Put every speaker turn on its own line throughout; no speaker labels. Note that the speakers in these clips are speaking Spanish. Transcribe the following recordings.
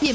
Bien-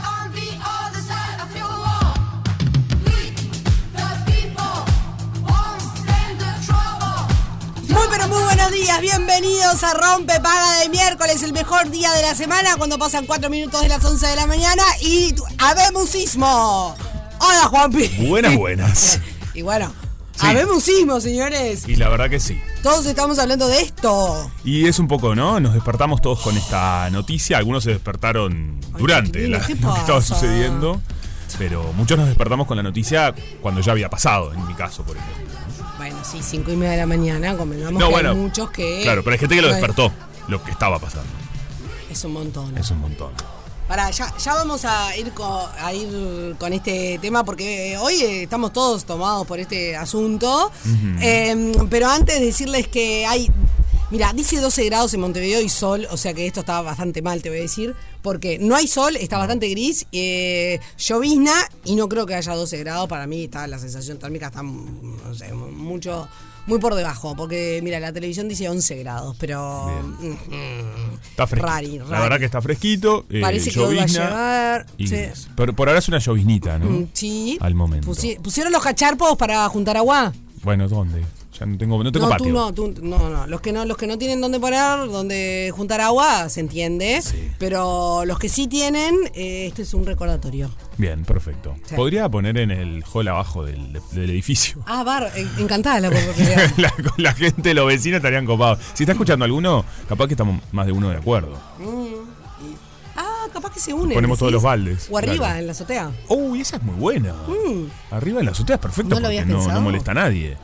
on the other side of your wall. We, the people, won't stand the trouble.
Muy pero muy buenos días, bienvenidos a Rompe Paga de miércoles, el mejor día de la semana cuando pasan 4 minutos de las 11 de la mañana y tu- habemos sismo. Hola Juanpi.
Buenas, buenas.
Y bueno,
Sí.
habemos sismo, señores.
Y la verdad que sí.
Todos estamos hablando de esto.
Y es un poco, ¿no? Nos despertamos todos con esta noticia. Algunos se despertaron durante
chiquilines,
la-
¿qué
lo que estaba
pasa?
sucediendo. Pero muchos nos despertamos con la noticia cuando ya había pasado, en mi caso, por ejemplo.
Bueno, sí, 5 y media de la mañana, convengamos
No,
que
bueno.
hay muchos que...
Claro, pero hay gente que lo
Ay,
despertó, lo que estaba pasando.
Es un montón.
Es un montón.
Pará, ya, ya vamos a ir, con, a ir con este tema porque eh, hoy eh, estamos todos tomados por este asunto.
Mm.
Eh, pero antes decirles que hay. Mira, dice 12 grados en Montevideo y sol, o sea que esto está bastante mal, te voy a decir, porque no hay sol, está bastante gris, eh, llovizna y no creo que haya 12 grados. Para mí está la sensación térmica está mm, no sé, mucho, muy por debajo, porque mira, la televisión dice 11 grados, pero mm, mm,
Está fresquito.
Rari,
La
rari.
verdad que está fresquito. eh,
Parece que hoy va a
llovizna
llegar,
y
sí.
gris. Pero por ahora es una lloviznita, ¿no?
Mm, Sí.
Al momento.
Pusi- ¿Pusieron los cacharpos para juntar agua?
Bueno, ¿dónde? Ya no tengo, no tengo
no,
patio.
tú no, tú no, no. Los que no, los que no tienen dónde poner, dónde juntar agua, se entiende.
Sí.
Pero los que sí tienen, eh, este es un recordatorio.
Bien, perfecto.
Sí.
Podría poner en el hall abajo del- del edificio.
Ah, Bar, eh, encantada la oportunidad.
la, con la gente, los vecinos estarían copados. Si está escuchando alguno, capaz que estamos más de uno de acuerdo.
Mm. ah, capaz que se unen.
Ponemos todos los
decís.
baldes,
O arriba,
claro.
en la azotea. Mm.
Uy, esa es muy buena. Arriba en la azotea es perfecto
No lo
porque
habías
no,
pensado.
no molesta a nadie.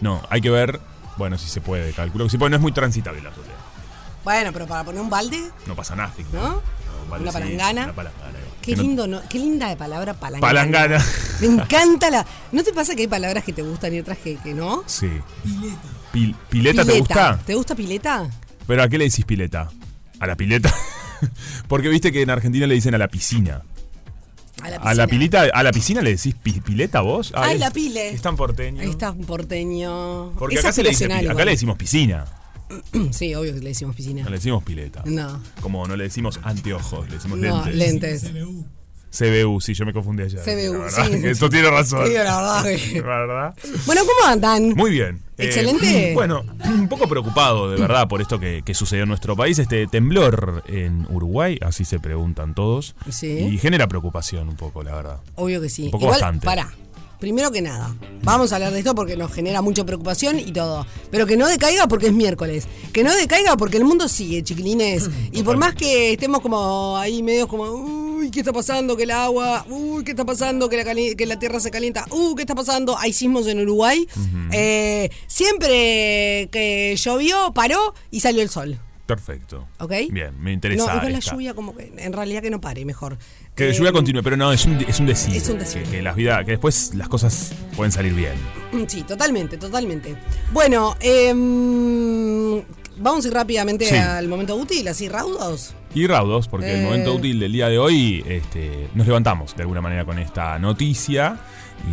No, hay que ver, bueno, si se puede, calculo que sí, porque no es muy transitable la azotea.
Bueno, pero para poner un balde,
No pasa nada. ¿sí?
¿No?
un balde
Una
sí,
palangana.
Una palangana.
qué
Que no-
lindo, no- qué linda de palabra palangana.
Palangana.
Me encanta la. ¿No te pasa que hay palabras que te gustan y otras que, que no?
sí. Pil- ¿Pileta, te gusta?
¿Te gusta pileta?
¿Pero a qué le decís pileta? ¿A la pileta? porque viste que en Argentina le dicen a la piscina.
A la,
A la
piscina.
pilita, a la piscina le decís pi- pileta vos. Ah,
Ay,
es-
la pile.
Es tan porteño.
Ahí está un porteño.
Porque
Es
acá, se le, dice pi-
aspiracional
acá
igual.
le decimos piscina,
Sí, obvio que le decimos piscina.
no le decimos pileta.
No.
Como no le decimos anteojos, le decimos
No,
lentes.
lentes.
CBU, sí, yo me confundí ayer.
CBU,
La verdad
sí.
que Esto tiene razón.
Sí, la verdad, güey.
La verdad.
Bueno, ¿cómo andan?
Muy bien. Eh,
Excelente.
bueno, un poco preocupado, de verdad, por esto que, que sucedió en nuestro país. Este temblor en Uruguay, así se preguntan todos.
Sí.
Y genera preocupación un poco, la verdad.
Obvio que sí.
Un poco
Igual,
bastante.
Pará. Primero que nada, vamos a hablar de esto porque nos genera mucha preocupación y todo. Pero que no decaiga porque es miércoles. Que no decaiga porque el mundo sigue,
Mm,
chiquilines. Y por más que estemos como ahí medios como, uy, ¿qué está pasando? Que el agua, uy, ¿qué está pasando? Que la, cali- que la tierra se calienta, uy, ¿qué está pasando? Hay sismos en Uruguay. Eh, siempre que llovió, paró y salió el sol.
Perfecto.
¿Ok?
Bien, me interesa.
No, igual la
esta.
lluvia como que en realidad que no pare, mejor.
Que la
Eh,
lluvia continúe, pero no, es un, es un decir.
Es un decir.
Que, que las vidas, que después las cosas pueden salir bien.
Mm, Sí, totalmente, totalmente. Bueno, em, vamos a ir rápidamente
Sí.
al momento útil, así raudos.
Y raudos, porque
Eh.
el momento útil del día de hoy, este, nos levantamos de alguna manera con esta noticia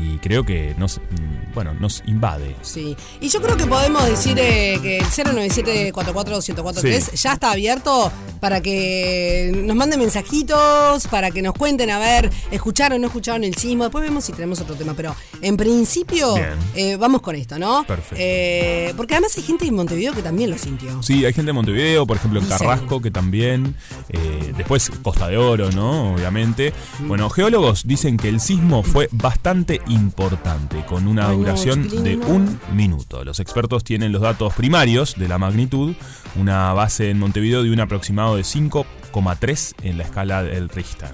y creo que nos, mm, bueno, nos invade.
Sí. Y yo creo que podemos decir eh, que el 097 1043
Sí.
ya está abierto para que nos manden mensajitos, para que nos cuenten a ver, escucharon o no escucharon el sismo. Después vemos si tenemos otro tema, pero en principio
Bien.
eh, vamos con esto, ¿no?
Perfecto.
Eh, porque además hay gente en Montevideo que también lo sintió.
Sí, hay gente en Montevideo, por ejemplo en
Dicen.
Carrasco, que también. Eh, después Costa de Oro, ¿no? Obviamente. Bueno, geólogos dicen que el sismo fue bastante importante, con una
Ay, no,
duración
chiquilín,
de
no.
un minuto. Los expertos tienen los datos primarios de la magnitud, una base en Montevideo de un aproximado de 5,3 en la escala del Richter.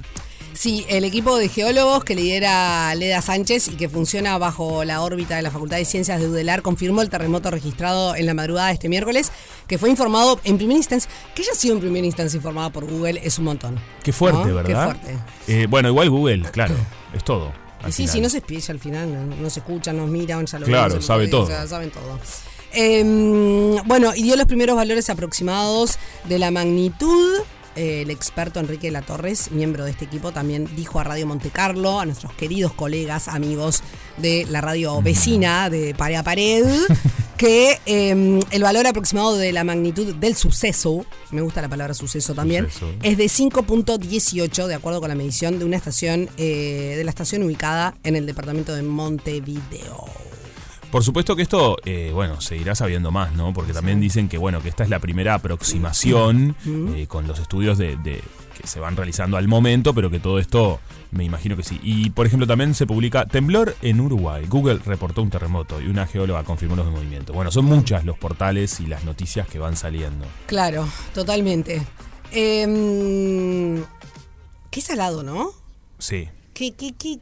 Sí, el equipo de geólogos que lidera Leda Sánchez y que funciona bajo la órbita de la Facultad de Ciencias de Udelar confirmó el terremoto registrado en la madrugada de este miércoles, que fue informado en primera instancia. Que haya sido en primera instancia informada por Google es un montón.
Qué fuerte,
¿No? Ah, Qué
¿verdad?
fuerte.
Eh, bueno, igual Google, claro, es todo. al
Y sí,
final.
si no se espilla al final, no, no se escucha, nos miran, ya
Claro,
lo vieron, ya lo
sabe
vieron,
todo.
o sea, saben todo. Eh, bueno, y dio los primeros valores aproximados de la magnitud. Eh, el experto Enrique Latorres, miembro de este equipo, también dijo a Radio Monte Carlo, a nuestros queridos colegas, amigos de la radio vecina de Pared a Pared, que eh, el valor aproximado de la magnitud del suceso, me gusta la palabra suceso también,
Suceso.
es de 5.18 de acuerdo con la medición de una estación eh, de la estación ubicada en el departamento de Montevideo.
Por supuesto que esto, eh, bueno, se irá sabiendo más, ¿no? Porque también dicen que, bueno, que esta es la primera aproximación
Mm.
eh, con los estudios de, de- que se van realizando al momento, pero que todo esto, me imagino que sí. Y, por ejemplo, también se publica Temblor en Uruguay. Google reportó un terremoto y una geóloga confirmó los movimientos. Bueno, son muchas los portales y las noticias que van saliendo.
Claro, totalmente. Em, qué salado, ¿no?
Sí.
¿Qué, qué, qué,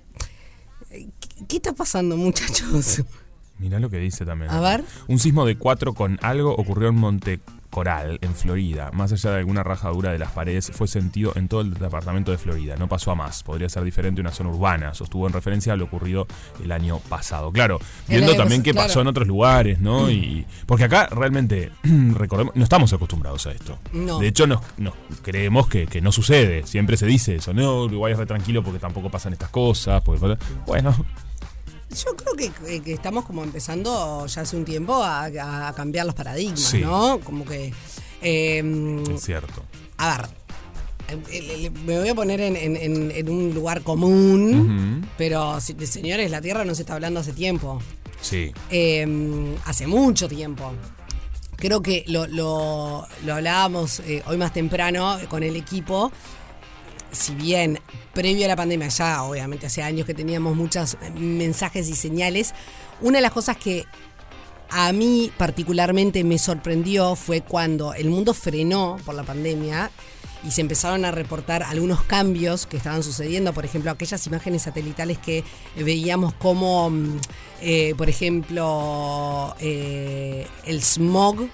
qué- qué está pasando, muchachos?
Mirá lo que dice también.
A ver.
Un sismo de 4 con algo ocurrió en Monte Coral, en Florida. Más allá de alguna rajadura de las paredes, fue sentido en todo el departamento de Florida. No pasó a más. Podría ser diferente una zona urbana. Sostuvo en referencia a lo ocurrido el año pasado. Claro,
El
viendo
año
también
pas-
qué
claro. Mm.
pasó en otros lugares, ¿no? Y, porque acá realmente, recordemos, no estamos acostumbrados a esto.
No.
De hecho, nos, nos creemos que, que no sucede. Siempre se dice eso. No, Uruguay es re tranquilo porque tampoco pasan estas cosas. porque- Bueno,
Yo creo que, que estamos como empezando ya hace un tiempo a, a cambiar los paradigmas,
Sí.
¿no? Como que... em,
Mm.
es cierto.
A ver, em, el- el- el- me voy a poner en, en- en- en un lugar común, pero si- señores, la Tierra no se está hablando hace tiempo,
Sí.
Eh, hace mucho tiempo. Creo que lo, lo- lo hablábamos eh, hoy más temprano con el equipo. Si bien previo a la pandemia, ya obviamente hace años que teníamos muchos mensajes y señales, una de las cosas que a mí particularmente me sorprendió fue cuando el mundo frenó por la pandemia y se empezaron a reportar algunos cambios que estaban sucediendo, por ejemplo, aquellas imágenes satelitales que veíamos como, mm, eh, por ejemplo, eh, el smog,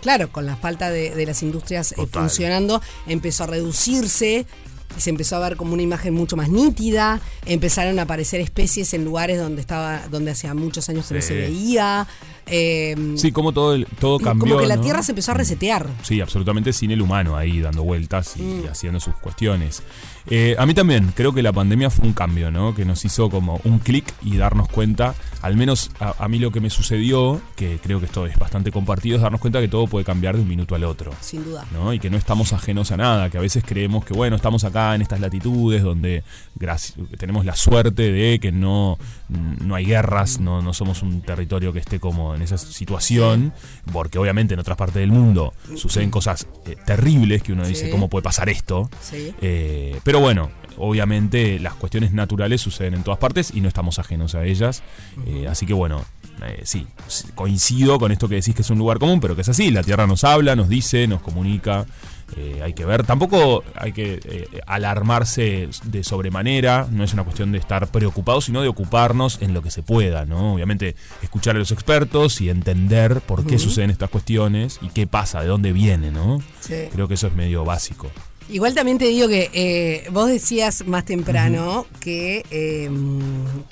claro, con la falta de, de las industrias eh,
Total.
funcionando, empezó a reducirse, y se empezó a ver como una imagen mucho más nítida, empezaron a aparecer especies en lugares donde estaba, donde hacía muchos años que no
Sí.
se veía. eh,
Sí, como todo, el- todo cambió.
como que la
¿no?
Tierra se empezó a resetear.
Sí, absolutamente sin el humano ahí dando vueltas y
Mm.
haciendo sus cuestiones. Eh, a mí también, creo que la pandemia fue un cambio, ¿no? Que nos hizo como un clic y darnos cuenta, al menos a, a mí lo que me sucedió, que creo que esto es bastante compartido, es darnos cuenta que todo puede cambiar de un minuto al otro.
Sin duda.
¿no? Y que no estamos ajenos a nada, que a veces creemos que, bueno, estamos acá en estas latitudes donde graci- tenemos la suerte de que no, no hay guerras, no, no somos un territorio que esté como en esa situación, porque obviamente en otras partes del mundo suceden cosas eh, terribles que uno dice,
Sí.
¿cómo puede pasar esto?
Sí.
Eh, pero bueno. Obviamente las cuestiones naturales suceden en todas partes y no estamos ajenos a ellas. Eh, así que bueno, eh, sí, s- coincido con esto que decís que es un lugar común, pero que es así. La Tierra nos habla, nos dice, nos comunica. eh, hay que ver. Tampoco hay que eh, alarmarse de sobremanera. No es una cuestión de estar preocupados, sino de ocuparnos en lo que se pueda, ¿no? Obviamente, escuchar a los expertos y entender por qué
Ujú.
suceden estas cuestiones y qué pasa, de dónde viene, ¿no?
Sí.
Creo que eso es medio básico.
Igual también te digo que eh, vos decías más temprano que, eh,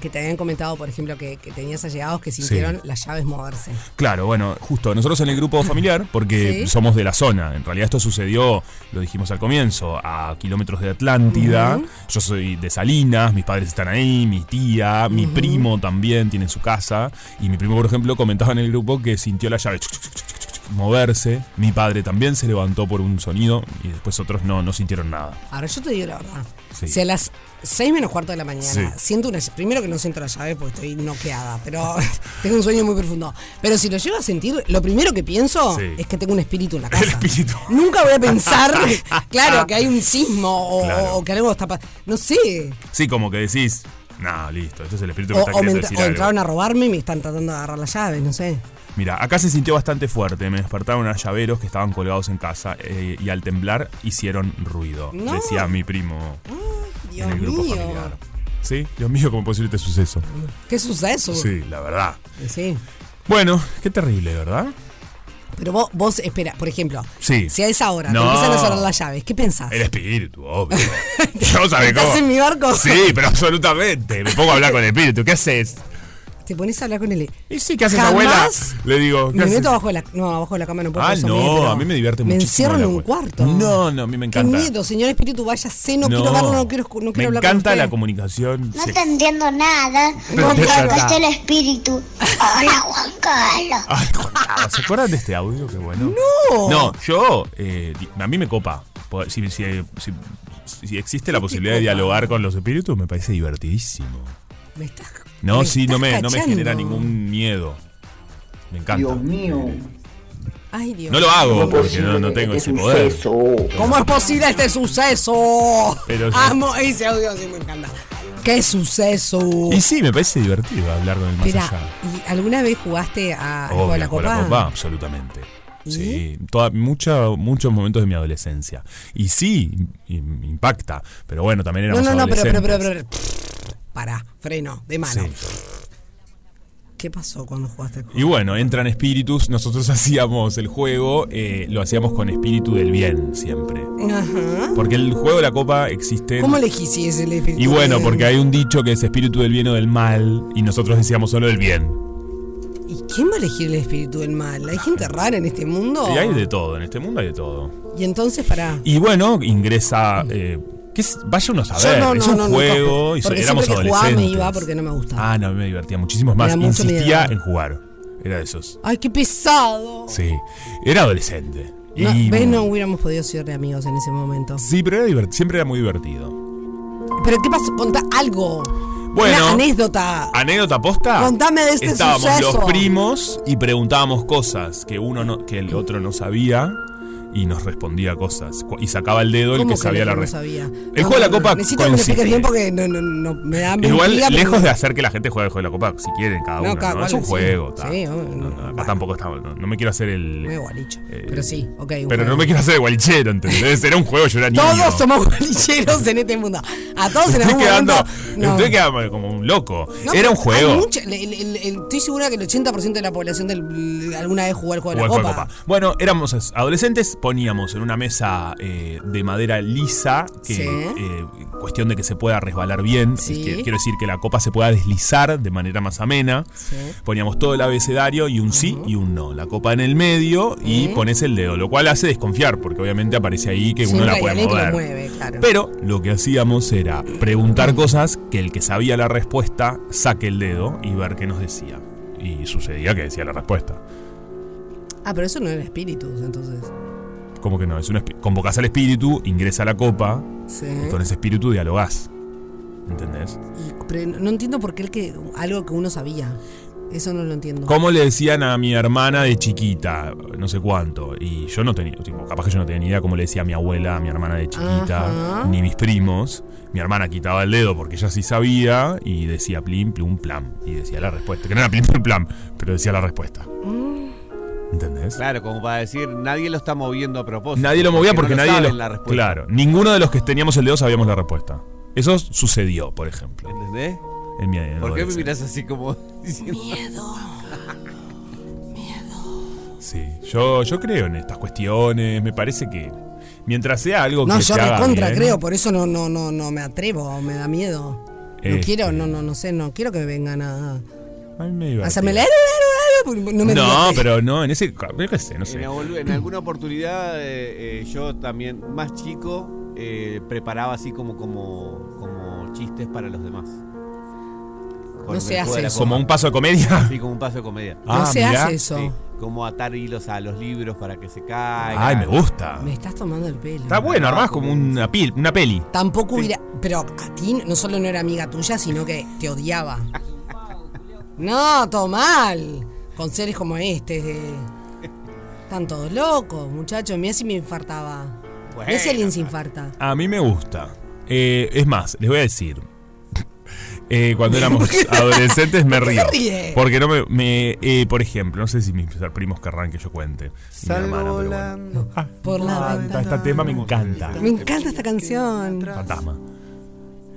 que te habían comentado, por ejemplo, que, que tenías allegados que sintieron las llaves moverse.
Claro, bueno, justo, nosotros en el grupo familiar, porque
Sí.
somos de la zona, en realidad esto sucedió, lo dijimos al comienzo, a kilómetros de Atlántida,
Ujú.
yo soy de Salinas, mis padres están ahí, mi tía, mi primo también tiene su casa, y mi primo, por ejemplo, comentaba en el grupo que sintió la llave. chuc, chuc, chuc, chuc, chuc, moverse. Mi padre también se levantó por un sonido y después otros no, no sintieron nada.
Ahora, yo te digo la verdad.
Sí.
Si a las 6 menos cuarto de la mañana
Sí.
siento una. Primero que no siento la llave porque estoy noqueada, pero tengo un sueño muy profundo. Pero si lo llego a sentir, lo primero que pienso
Sí.
es que tengo un espíritu en la
El
casa.
espíritu.
Nunca voy a pensar, claro, que hay un sismo o,
Claro.
o que algo está pasando. No sé.
Sí, como que decís, nah, listo, este es el espíritu que
O,
está
o me
queriendo
entra-
decir
o
algo".
entraron a robarme y me están tratando de agarrar la llave, no sé.
Mira, acá se sintió bastante fuerte. Me despertaron a llaveros que estaban colgados en casa eh, y al temblar hicieron ruido.
No. Ah,
Decía mi primo
Dios
en el grupo
mío.
familiar. Sí, Dios mío, cómo posible este suceso.
¿Qué suceso?
Sí, la verdad.
Eh, sí.
Bueno, qué terrible, ¿verdad?
Pero vos, vos espera, por ejemplo,
Sí.
si a esa hora
No. Eh.
te empiezan a cerrar las llaves, ¿qué pensás?
El espíritu, obvio. Yo sabés
Ah. ¿Estás
cómo.
en mi barco?
Sí, pero absolutamente. Me pongo a hablar con el espíritu. ¿Qué haces?
Te pones a hablar con él.
Y sí, ¿qué haces,
Jamás
abuela? Le digo, ¿qué
Me
haces?
meto abajo de la no, abajo de la cama no puedo.
Ah,
eso me-
no,
pero
a mí me divierte
Me
muchísimo.
encierro en
la
un
abuela.
cuarto.
No, no, a mí me
Qué
encanta.
miedo, señor espíritu, váyase, no, quiero verlo, no quiero, escu- no quiero
me
hablar
encanta
con usted.
la comunicación.
No
sí.
te entiendo nada.
Pero
No
te
te
encanta.
contaste el espíritu. Hola, Juan Carlos.
Ah,
Ay, Juan Carlos, ¿se acuerdan de este audio? Qué bueno. No. yo, eh, di- a mí me copa. Poder- Si, si- si- si existe la posibilidad de
copa?
dialogar con los espíritus, me parece divertidísimo.
Me estás-
No, sí, no me,
estás
no me
cachando.
genera ningún miedo. Me encanta.
Dios mío.
Ay, Dios.
No lo hago porque
posible
no, no
que
tengo
este
ese poder.
suceso?
¿Cómo es posible este suceso?
Pero-
Amo ese audio, sí me encanta. ¿Qué suceso?
Y sí, me parece divertido hablar con el más
Espera,
allá.
¿y alguna vez jugaste a al
Obvio,
juego de la
con
copa?
absolutamente.
¿Y?
Sí, toda- mucha- muchos momentos de mi adolescencia. Y sí, im- impacta. Pero bueno, también
No,
éramos
no, no, pero, pero,
adolescentes.
pero, pero, pero- Pará, freno, de mano.
Sí.
¿Qué pasó cuando jugaste al juego?
Y bueno, entran espíritus. Nosotros hacíamos el juego, eh, lo hacíamos con espíritu del bien siempre.
Ajá.
Porque el juego de la copa existe.
¿Cómo elegí si es el espíritu?
y bueno,
del-
porque hay un dicho que es espíritu del bien o del mal. Y nosotros decíamos solo del bien.
¿Y quién va a elegir el espíritu del mal? ¿Hay gente rara en este mundo?
Y hay de todo, en este mundo hay de todo.
Y entonces, pará.
Y bueno, ingresa. eh, ¿qué es? Vaya uno a saber. es un juego. y so-
porque
éramos
siempre que
adolescentes.
jugaba me iba porque no me gustaba.
Ah, no, a mí me divertía muchísimo más.
da mucho
Insistía
miedo.
en jugar. Era de esos.
¡Ay, qué pesado!
Sí. Era adolescente.
No,
Y-
¿Ves? No hubiéramos podido ser de amigos en ese momento.
Sí, pero era divert- siempre era muy divertido.
¿Pero qué pasó? Contá algo.
Bueno.
Una anécdota.
Anécdota posta.
Contame de este
Estábamos
suceso.
los primos y preguntábamos cosas que uno no, que el otro no sabía y nos respondía cosas. Cu- Y sacaba el dedo el
¿Cómo
que sabía
el
la
otro no
respuesta.
sabía?
El
No,
juego de la
no, no.
copa.
Necesito que me expliques
consiste-
bien porque no, no, no, me da
Igual,
mentira, pero-
lejos de hacer que la gente juegue el juego de la copa, si quieren, cada
No,
uno.
cada
¿no?
cual
Es un
sí.
juego,
Sí,
tal.
obvio,
No, no,
no,
acá
bueno.
tampoco está. No, no me quiero hacer el.
Medio gualicho,
eh,
pero sí, ok, un
Pero
juego.
no me quiero hacer el gualichero, ¿entendés? Era un juego, yo era niño.
Todos somos guerrilleros en este mundo. A todos en
Estoy
algún
quedando,
momento. no.
estoy quedando como un loco. era
No, pero
un juego.
hay mucha- el- el- el- el- estoy segura que el 80% de la población del, alguna vez jugó al juego de la
Juego de
copa.
copa. Bueno, éramos as- adolescentes, poníamos en una mesa eh, de madera lisa, que,
Sí.
eh, cuestión de que se pueda resbalar bien, es
Sí.
que- quiero decir que la copa se pueda deslizar de manera más amena.
Sí.
Poníamos todo el abecedario y un sí y un no. La copa en el medio y pones el dedo, lo cual hace desconfiar, porque obviamente aparece ahí que
Sí,
uno
un
la puede
regalito lo
mover.
mueve, claro.
Pero lo que hacíamos era preguntar cosas que el que sabía la respuesta saque el dedo y ver qué nos decía. Y sucedía que decía la respuesta.
Ah, pero eso no era espíritus, entonces.
Como que no, es un espi- convocás al espíritu, ingresa a la copa
Sí.
y con ese espíritu dialogás. ¿Entendés?
Y- pero no entiendo por qué el que, algo que uno sabía. Eso no lo entiendo.
¿Cómo le decían a mi hermana de chiquita? No sé cuánto. Y yo no tenía, tipo, capaz que yo no tenía ni idea cómo le decía a mi abuela, a mi hermana de chiquita,
Ajá.
ni mis primos. Mi hermana quitaba el dedo porque ella sí sabía y decía plim, plum, plam. Y decía la respuesta. Que no era plim, plum, plam, pero decía la respuesta. ¿Entendés?
Claro, como para decir, nadie lo está moviendo a propósito.
Nadie lo movía porque
no
nadie
saben
lo.
la respuesta.
claro, ninguno de los que teníamos el dedo sabíamos la respuesta. Eso sucedió, por ejemplo.
¿Entendés?
En mi
¿Por qué me
adolescencia.
mirás así como diciendo?
Sí, yo, yo creo en estas cuestiones. Me parece que mientras sea algo
no,
que
yo
te haga
recontra
bien,
creo, por eso no, no, no, no me atrevo, me da miedo. No
Este.
quiero, no, no, no sé, no quiero que vengan a.
a mí me
a
divertía.
Hacerme la. la- la- la- la- No, me
No,
digas.
pero no, en ese. Yo qué sé, no
En,
sé.
algún- en alguna oportunidad eh, eh, yo también, más chico, eh, preparaba así como, como, como chistes para los demás. Con con
No
el
se
juego
hace
de la
eso.
Como
copa.
un paso de comedia.
Sí, como un paso de comedia.
no
Ah,
se
mirá.
hace eso.
Sí, como atar hilos a los libros para que se caigan.
Ay, me gusta.
Me estás tomando el pelo.
Está bueno, armás como una, pil- una peli.
Tampoco hubiera. Pero a ti no solo no era amiga tuya, sino que te odiaba. No, todo mal. Con seres como este. de- Están todos locos, muchachos. Mira si me infartaba. Mirá si alguien se infarta.
A mí me gusta. Eh, es más, les voy a decir. Eh, cuando éramos adolescentes me río.
ríe?
Porque no me. me, eh, por ejemplo, no sé si mis primos querrán que yo cuente. y mi hermana, pero
Salgo
bueno.
volando.
Por
Ah,
la
Esta-
ventana.
Este tema me encanta.
Me encanta esta canción.
Fantasma.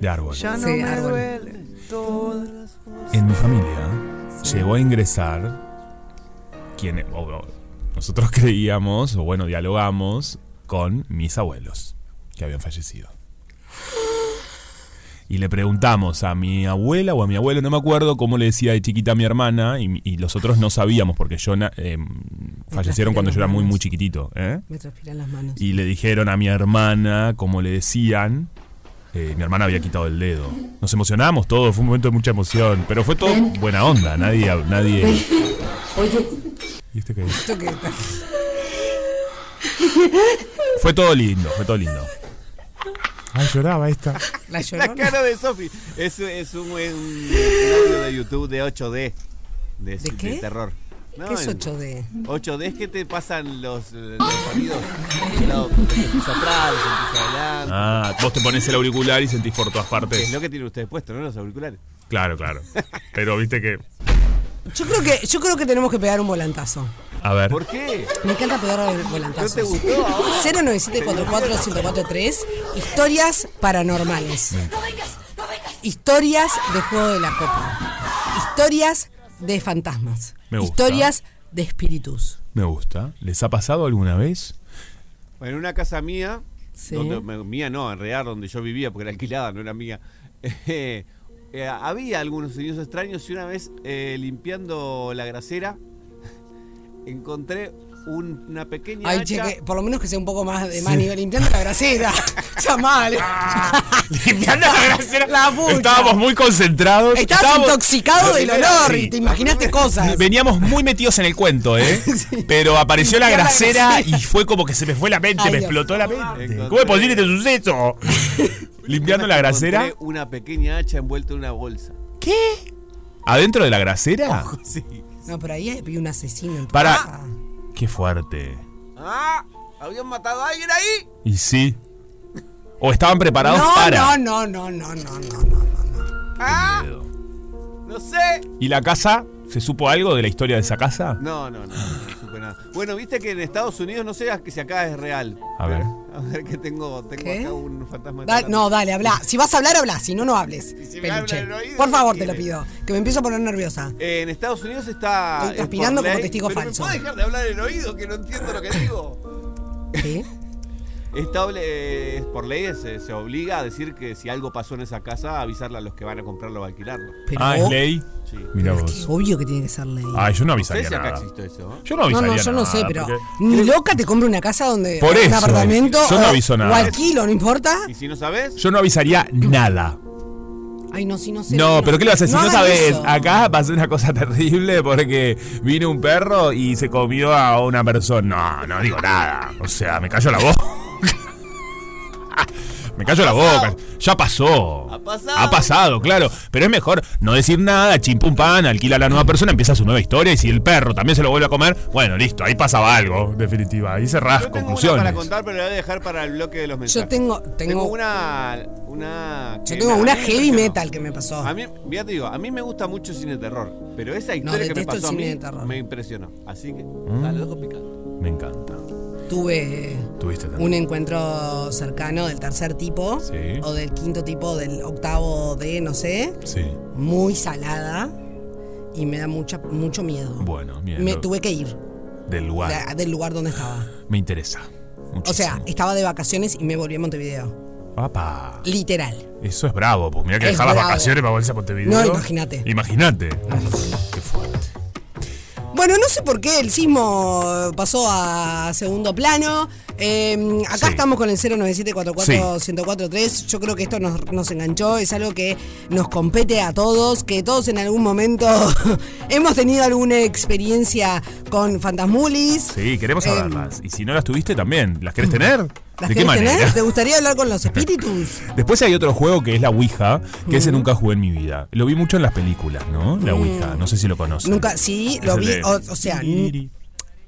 De árbol.
Ya no
Sí,
me
árbol.
duele todas las
En mi familia llegó a ingresar quien o- o- nosotros creíamos, o bueno, dialogamos con mis abuelos que habían fallecido. Y le preguntamos a mi abuela o a mi abuelo, no me acuerdo cómo le decía de chiquita a mi hermana, y, y los otros no sabíamos porque yo na- eh, fallecieron cuando yo era muy, muy chiquitito. ¿eh?
Me transpiran las manos.
Y le dijeron a mi hermana, como le decían, eh, mi hermana había quitado el dedo. Nos emocionamos todos, fue un momento de mucha emoción, pero fue todo buena onda, nadie... nadie... ¿Y este qué es?
Esto que-
Fue todo lindo, fue todo lindo. Ay, lloraba esta.
La llorona.
La cara de Sofi. Es, es un, es un- un audio de YouTube de 8D. De,
¿De qué?
terror. No,
¿Qué es
en-
8D?
8D es que te pasan los, eh, los sonidos. No, se empieza atrás, se empieza adelante.
Ah, vos te pones el auricular y sentís por todas
Es
partes.
lo que tienen ustedes puesto, ¿no? Los auriculares.
Claro, claro. Pero viste que...
Yo creo que, yo creo que tenemos que pegar un volantazo.
A ver.
¿Por qué?
Me encanta pegar
¿No
volantazos.
te gustó ahora?
097-44-1043 Historias paranormales. Historias de juego de la copa. Historias de fantasmas.
Me gusta.
Historias de espíritus.
Me gusta. ¿Les ha pasado alguna vez?
En una casa mía,
Sí.
donde- me- mía no, en realidad donde yo vivía, porque era alquilada, no era mía, eh, eh, había algunos sonidos extraños y una vez eh, limpiando la grasera encontré un- una pequeña
Ay, che,
hacha.
que por lo menos que sea un poco más de más nivel. Limpiando la grasera. Ya mal.
Ah.
Limpiando la grasera.
La pucha.
Estábamos muy concentrados.
Estabas intoxicado del olor
Sí.
y te imaginaste cosas.
Veníamos muy metidos en el cuento, ¿eh? Pero apareció la
Ya la
grasera
grasera.
y fue como que se me fue la mente,
Ay,
me
Dios.
explotó la mente.
Encontré-
¿Cómo es posible este suceso? Limpiando la grasera.
Encontré una pequeña hacha envuelta en una bolsa.
¿Adentro de la grasera?
Sí.
No, pero ahí hay un asesino en tu
Para-
casa.
Qué fuerte.
¡Ah! ¿Habían matado a alguien ahí?
Y sí. O estaban preparados
No,
para.
no, no, no, no, no, no, no.
¡Ah! No sé.
¿Y la casa? ¿Se supo algo de la historia de esa casa?
No, no, no, no supe nada. Bueno, viste que en Estados Unidos no sé a- si acá es real.
A ver.
A ver que tengo, tengo
¿Qué?
acá un fantasma.
Da-
de
no, dale, habla. Si vas a hablar, habla. Si no, no hables.
Y si me
peluche.
habla en el oído,
Por favor, te lo
¿quiere?
pido. Que me empiezo a poner nerviosa.
Eh, en Estados Unidos está.
Estoy
es
transpirando
por
como testigo
pero
falso.
¿Me puedo dejar de hablar en el oído que no entiendo lo que digo?
¿Qué?
Está, obli- eh, por ley se, se obliga a decir que si algo pasó en esa casa, avisarle a los que van a comprarlo o alquilarlo.
Pero,
Ah, es ley.
Sí.
Mira
pero es que
vos.
es obvio que tiene que ser ley.
Ay, yo no
No sé
avisaría
si acá
nada.
existe eso. ¿eh?
Yo no
no,
avisaría
no, yo no
nada,
sé, pero
porque-
ni loca te compra una casa donde
Por
un
eso,
apartamento
yo no
o-
aviso nada.
o alquilo, no importa.
Y si no sabes,
Yo no avisaría nada.
Ay, no, si no sé.
No, pero ¿qué le vas a decir? No,
hagan
sabes,
eso.
acá pasó una cosa terrible porque vino un perro y se comió a una persona. No, no digo nada. O sea, me cayó la boca. me cayó la boca. Ya pasó.
Ha pasado.
Ha pasado, claro. Pero es mejor no decir nada, chimpum pan, alquila a la nueva persona, empieza su nueva historia y si el perro también se lo vuelve a comer, bueno, listo, ahí pasaba algo, en definitiva. Ahí cerrás
yo tengo una para
conclusiones.
contar, pero la voy a dejar para el bloque de los mensajes.
Yo tengo, tengo,
una. una
yo
que
tengo
me-
una
a mí me
heavy
impresionó.
metal que me pasó.
A mí, mira te digo, a mí me gusta mucho el cine de terror, pero esa historia que me
detesto el
pasó a
cine
mí
de terror.
me impresionó. Así que, ah, lo dejo picando.
Me encanta.
Tuve
Tuviste
un
también.
encuentro cercano del tercer tipo,
Sí.
o del quinto tipo, del octavo de, no sé.
Sí.
muy salada y me da mucha, mucho miedo.
Bueno, bien.
me
lo-
tuve que ir
Del lugar.
de- del lugar donde estaba.
Me interesa. Muchísimo.
O sea, estaba de vacaciones y me volví a Montevideo.
Papá,
Literal.
eso es bravo, pues mirá que
Es
dejar las
bravo.
vacaciones para volverse a Montevideo.
No, imagínate.
Imagínate. Qué fuerte.
Bueno, no sé por qué el sismo pasó a segundo plano. Eh, acá
Sí.
estamos con el 09744
Sí.
1043. Yo creo que esto nos, nos enganchó, es algo que nos compete a todos, que todos en algún momento hemos tenido alguna experiencia con fantasmulis.
Sí, queremos
Eh,
saberlas. Y si no las tuviste también, ¿las querés tener?
¿Las
¿De qué
querés
manera?
tener? ¿Te gustaría hablar con los espíritus?
Después hay otro juego que es la Ouija, que ese nunca jugué en mi vida. Lo vi mucho en las películas, ¿no? La Ouija, no sé si lo conoces.
Mm. Nunca, sí, lo vi, o, o sea, n-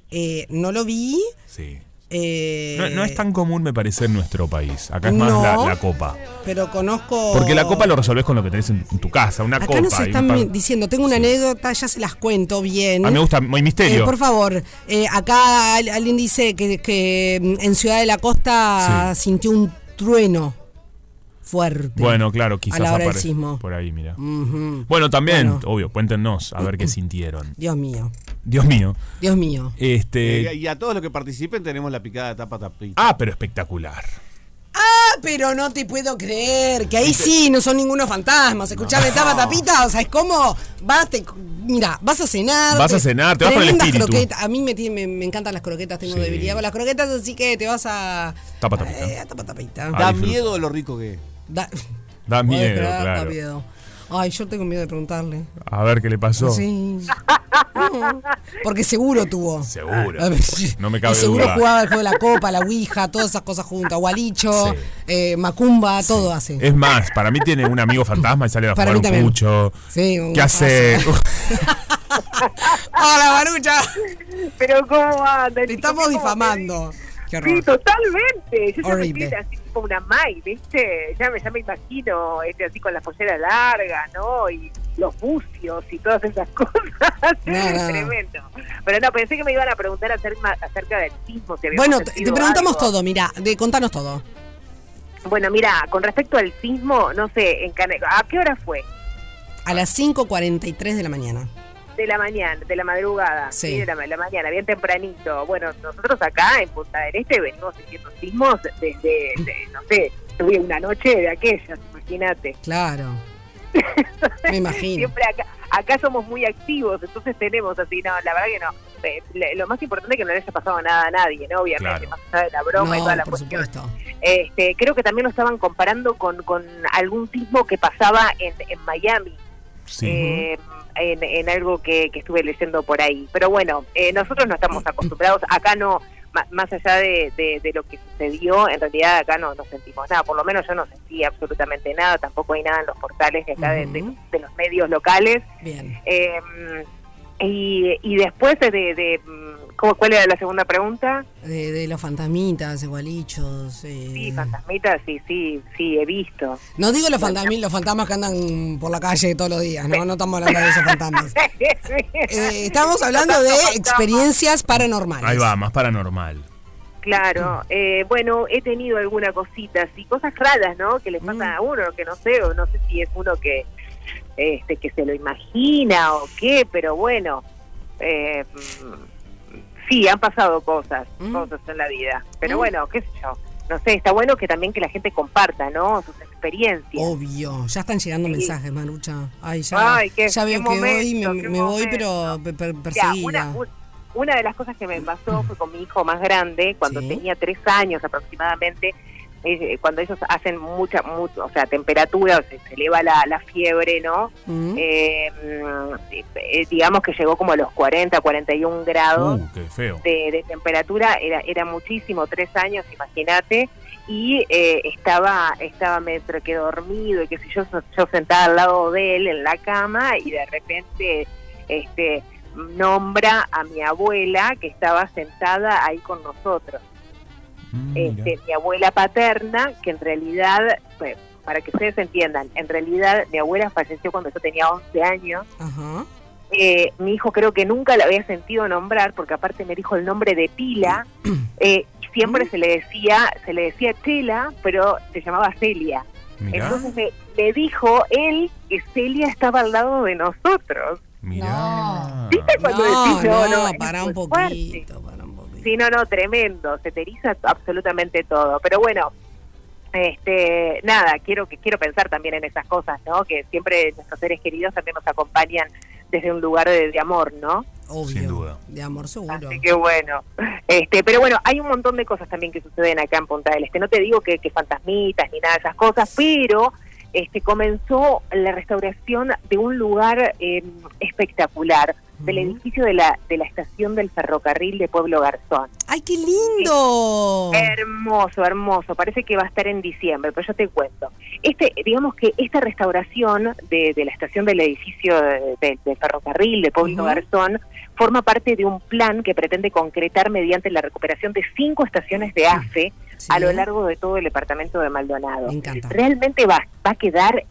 eh, no lo vi.
Sí.
eh,
No, no es tan común, me parece, en nuestro país. Acá es más
no.
la, la copa.
Pero conozco.
Porque la copa lo resolvés con lo que tenés en en tu casa, una
Acá
copa.
nos
y un
están
par-
diciendo, tengo una anécdota, ya se las cuento bien.
A mí me gusta, muy misterio.
Eh, por favor, eh, acá al- alguien dice que, que, mm, en Ciudad de la Costa sintió un trueno fuerte.
Bueno, claro, quizás
A la hora del
aparezca
sismo.
por ahí, mira. Bueno, también,
Bueno. Mm,
obvio, cuéntenos a ver qué sintieron.
Dios mío,
Dios mío.
Dios mío.
Este.
Eh, y a todos los que participen tenemos la picada de tapa tapita.
Ah, pero espectacular.
Ah, pero no te puedo creer, que ahí sí no son ningunos fantasmas. Escuchame, tapa tapita, o sea, es como vas, te, mira, vas a cenar.
Vas a
te-
cenar, te vas con el
tremendas
espíritu.
croquetas. A mí me, tiene- me, me encantan las croquetas, tengo
Sí.
debilidad con las croquetas, así que te vas a.
Tapa tapita.
eh, a tapa tapita.
Ah,
da
disfruta.
miedo lo rico que es.
Da-
Da
podés
miedo,
creer,
claro.
Da miedo. Ay, yo tengo miedo de preguntarle.
A ver qué le pasó.
Sí. Porque seguro tuvo.
Seguro.
A ver, sí.
No me cabe
Y seguro
duda.
jugaba el juego de la copa, la ouija, todas esas cosas juntas. Gualicho,
Sí.
eh, macumba, todo hace.
Es más, para mí tiene un amigo fantasma y sale a jugar
Para mí
un
también.
pucho.
Sí, un
¿Qué hace?
¡Hola, Marucha!
Pero ¿cómo anda?
Te estamos difamando. Qué
Sí,
horror.
totalmente. Yo ya me
Horrible.
siento así como una Mai, ¿viste? Ya me, ya me imagino este, así con la pollera larga, ¿no? Y los bucios y todas esas cosas.
No, no.
Tremendo. Pero no, pensé que me iban a preguntar acerca, acerca del sismo. si habíamos
Bueno, te,
sentido
te preguntamos
algo.
todo, mira, de, contanos todo.
Bueno, mira, con respecto al sismo, no sé, en Cane- ¿a qué hora fue?
A las 5.43 de la mañana.
De la mañana, de la madrugada.
Sí.
Sí. de la, ma- la mañana, bien tempranito. Bueno, nosotros acá en Punta del Este venimos sintiendo sismos desde, de- no sé, tuve una noche de aquellas, imagínate.
Claro. Me imagino.
Siempre acá, acá somos muy activos, entonces tenemos así, no, la verdad que no. Eh, le- Lo más importante es que no le haya pasado nada a nadie, ¿no? Obviamente,
Claro.
más allá de la broma y toda
No,
la
por
cuestión.
supuesto.
Este, creo que también lo estaban comparando con, con algún sismo que pasaba en, en Miami.
Sí.
eh, en, en algo que, que estuve leyendo por ahí. Pero bueno, eh, nosotros no estamos acostumbrados, acá no, ma- más allá de, de- de lo que sucedió, en realidad acá no, no sentimos nada, por lo menos yo no sentí absolutamente nada, tampoco hay nada en los portales de acá de- de-
Ujú.
de los medios locales.
Bien.
Eh, y, y después de, de- ¿cómo- ¿cuál era la segunda pregunta?
De, de los fantasmitas, de gualichos. eh,
Sí, fantasmitas, sí, sí, sí, he visto.
No digo los fantasmi- los fantasmas que andan por la calle todos los días, ¿no? No estamos hablando de esos fantasmas. Eh, estamos hablando de experiencias paranormales.
Ahí va, más paranormal.
Claro, eh, bueno, he tenido alguna cosita así, cosas raras, ¿no? Que les pasan a uno, que no sé, o no sé si es uno que, este, que se lo imagina o qué, pero bueno, eh, mm, sí, han pasado cosas,
Mm.
cosas en la vida, pero bueno, qué sé yo, no sé, está bueno que también que la gente comparta, ¿no? Sus experiencias.
Obvio, ya están llegando mensajes, Marucha. Ay, ya,
Ay, qué-
ya veo
qué
que hoy
momento,
me,
qué
me voy, pero
momento.
per- per-
Mira,
perseguida. Mm.
una, un- una de las cosas que me pasó fue con mi hijo más grande, cuando
Sí.
tenía tres años aproximadamente, eh, cuando ellos hacen mucha, mucho, o sea, temperatura, se, se eleva la, la fiebre, ¿no?
¿Mm?
Eh, mm, eh, digamos que llegó como a los 40, 41 grados
Uh, qué feo.
de, de temperatura, era, era muchísimo, tres años, imagínate, y eh, estaba, estaba medio que dormido y qué sé yo, so- yo sentada al lado de él en la cama y de repente este nombra a mi abuela que estaba sentada ahí con nosotros,
Mm, mirá.
este, mi abuela paterna, que en realidad, pues, para que ustedes entiendan, en realidad mi abuela falleció cuando yo tenía 11 años
Ajá.
eh, mi hijo creo que nunca la había sentido nombrar porque aparte me dijo el nombre de Pila eh, y
Mm.
siempre se le decía se le decía Tela pero se llamaba Celia
Mirá,
entonces me, me dijo él que Celia estaba al lado de nosotros
mirá.
No.
viste
No,
cuando decís
no,
es
para
muy
un poquito,
fuerte"?
para un poquito.
Sí, no, no, tremendo, se te eriza absolutamente todo. Pero bueno, este, nada, quiero que quiero pensar también en esas cosas, ¿no? Que siempre nuestros seres queridos también nos acompañan desde un lugar de, de amor, ¿no?
Obvio.
Sin duda.
De amor seguro.
Así que bueno, este, pero bueno, hay un montón de cosas también que suceden acá en Punta del Este. No te digo que, que fantasmitas ni nada de esas cosas, pero este, comenzó la restauración de un lugar eh, espectacular, del
Ujú.
edificio de la, de la estación del ferrocarril de Pueblo Garzón.
¡Ay, qué lindo!
Hermoso, hermoso. Parece que va a estar en diciembre, pero yo te cuento. Este, digamos que esta restauración de, de la estación del edificio de- de- del ferrocarril de
Ujú.
Pueblo Garzón forma parte de un plan que pretende concretar mediante la recuperación de cinco estaciones de AFE
Sí.
a lo largo de todo el departamento de Maldonado.
Me encanta.
Realmente va, va a quedar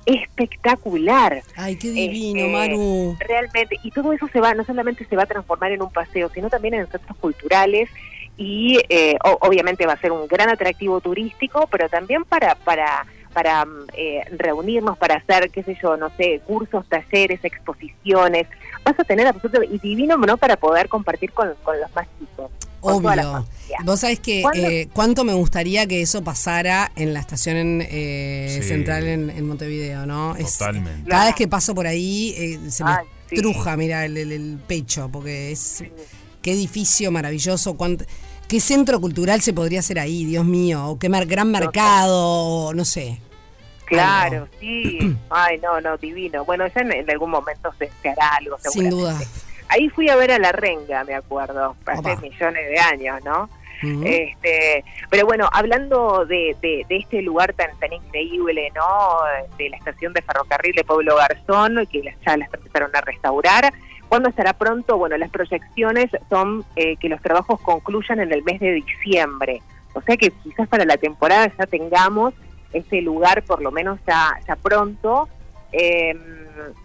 espectacular.
Ay, qué divino,
Este,
Maru.
Realmente, y todo eso se va, no solamente se va a transformar en un paseo, sino también en centros culturales y eh, o- obviamente va a ser un gran atractivo turístico, pero también para para para mm, eh, reunirnos, para hacer, qué sé yo, no sé, cursos, talleres, exposiciones. Vas a tener absoluto y divino, ¿no? Para poder compartir con, con los más chicos. con toda la
Obvio.
familia.
Vos sabés que
¿Cuándo-
eh, cuánto me gustaría que eso pasara en la estación eh,
Sí.
central en, en Montevideo, ¿no? Es-
Totalmente.
cada vez que paso por ahí eh, se me
Ay, sí.
truja, mira, el, el- el pecho, porque es... Qué edificio maravilloso, cuánt- qué centro cultural se podría hacer ahí, Dios mío, o qué mar- gran mercado, o no sé.
Claro, sí. Ay, no, no, divino. Bueno, ya en, en algún momento se, se hará algo,
Sin
seguramente.
duda.
Ahí fui a ver a la renga, me acuerdo, hace
Opa.
millones de años, ¿no?
Ujú.
Este, pero bueno, hablando de, de- de este lugar tan tan increíble, ¿no? De la estación de ferrocarril de Pueblo Garzón, que las ya las empezaron a restaurar. ¿Cuándo estará pronto? Bueno, las proyecciones son eh, que los trabajos concluyan en el mes de diciembre. O sea que quizás para la temporada ya tengamos este lugar por lo menos ya, ya pronto. Eh,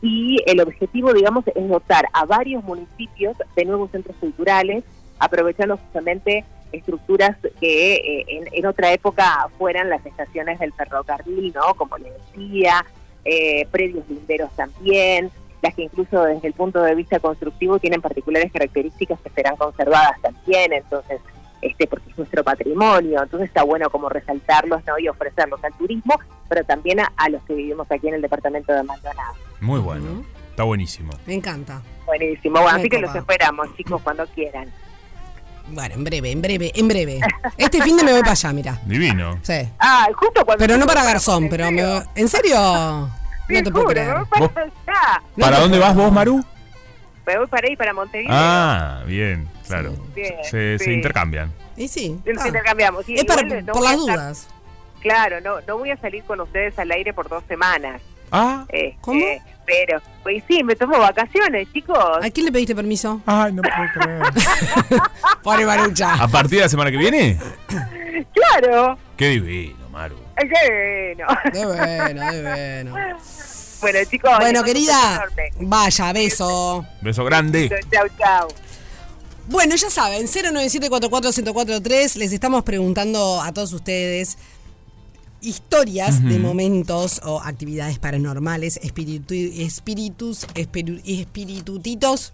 y el objetivo, digamos, es dotar a varios municipios de nuevos centros culturales, aprovechando justamente estructuras que eh, en, en otra época fueran las estaciones del ferrocarril, ¿no? Como les decía, eh, predios linderos también, las que incluso desde el punto de vista constructivo tienen particulares características que serán conservadas también, entonces, este porque es nuestro patrimonio, entonces está bueno como resaltarlos, ¿no? Y ofrecerlos al turismo, pero también a, a los que vivimos aquí en el departamento de Maldonado.
Muy bueno.
Ujú.
Está buenísimo.
Me encanta.
Buenísimo, bueno,
Me
así que los
copa.
esperamos, chicos, cuando quieran.
Bueno, en breve, en breve, en breve. Este fin de me voy para allá, mira.
Divino.
Sí.
Ah, justo cuando...
Pero no para Garzón, pero me voy- ¿En serio?
Te
No te puedo
juro,
creer.
me voy para allá.
No
¿Para
te
dónde
puedo-
vas vos, Maru?
Me voy para ahí, para Montevideo.
Ah, bien, claro.
Bien,
se, se
sí.
intercambian.
Y sí.
Nos
ah.
intercambiamos. Sí,
Es para,
igual no
por
voy a
las
estar-
dudas.
Claro, no, no voy a salir con ustedes al aire por dos semanas.
Ah,
eh,
¿Cómo?
eh, pero, pues sí, me tomo vacaciones, chicos.
¿A quién le pediste permiso?
ay, no puedo creer.
Pobre Marucha.
¿A partir de la semana que viene?
Claro.
Qué divino, Maru.
Ay, qué bueno.
De bueno, de bueno.
Bueno, chicos. les
Bueno,
mando un
querida,
beso enorme.
vaya, beso.
Beso grande.
Chau, chau.
Bueno, ya saben, 097-44-1043, les estamos preguntando a todos ustedes historias de momentos o actividades paranormales, espiritu, espíritus, espiritu, espiritutitos.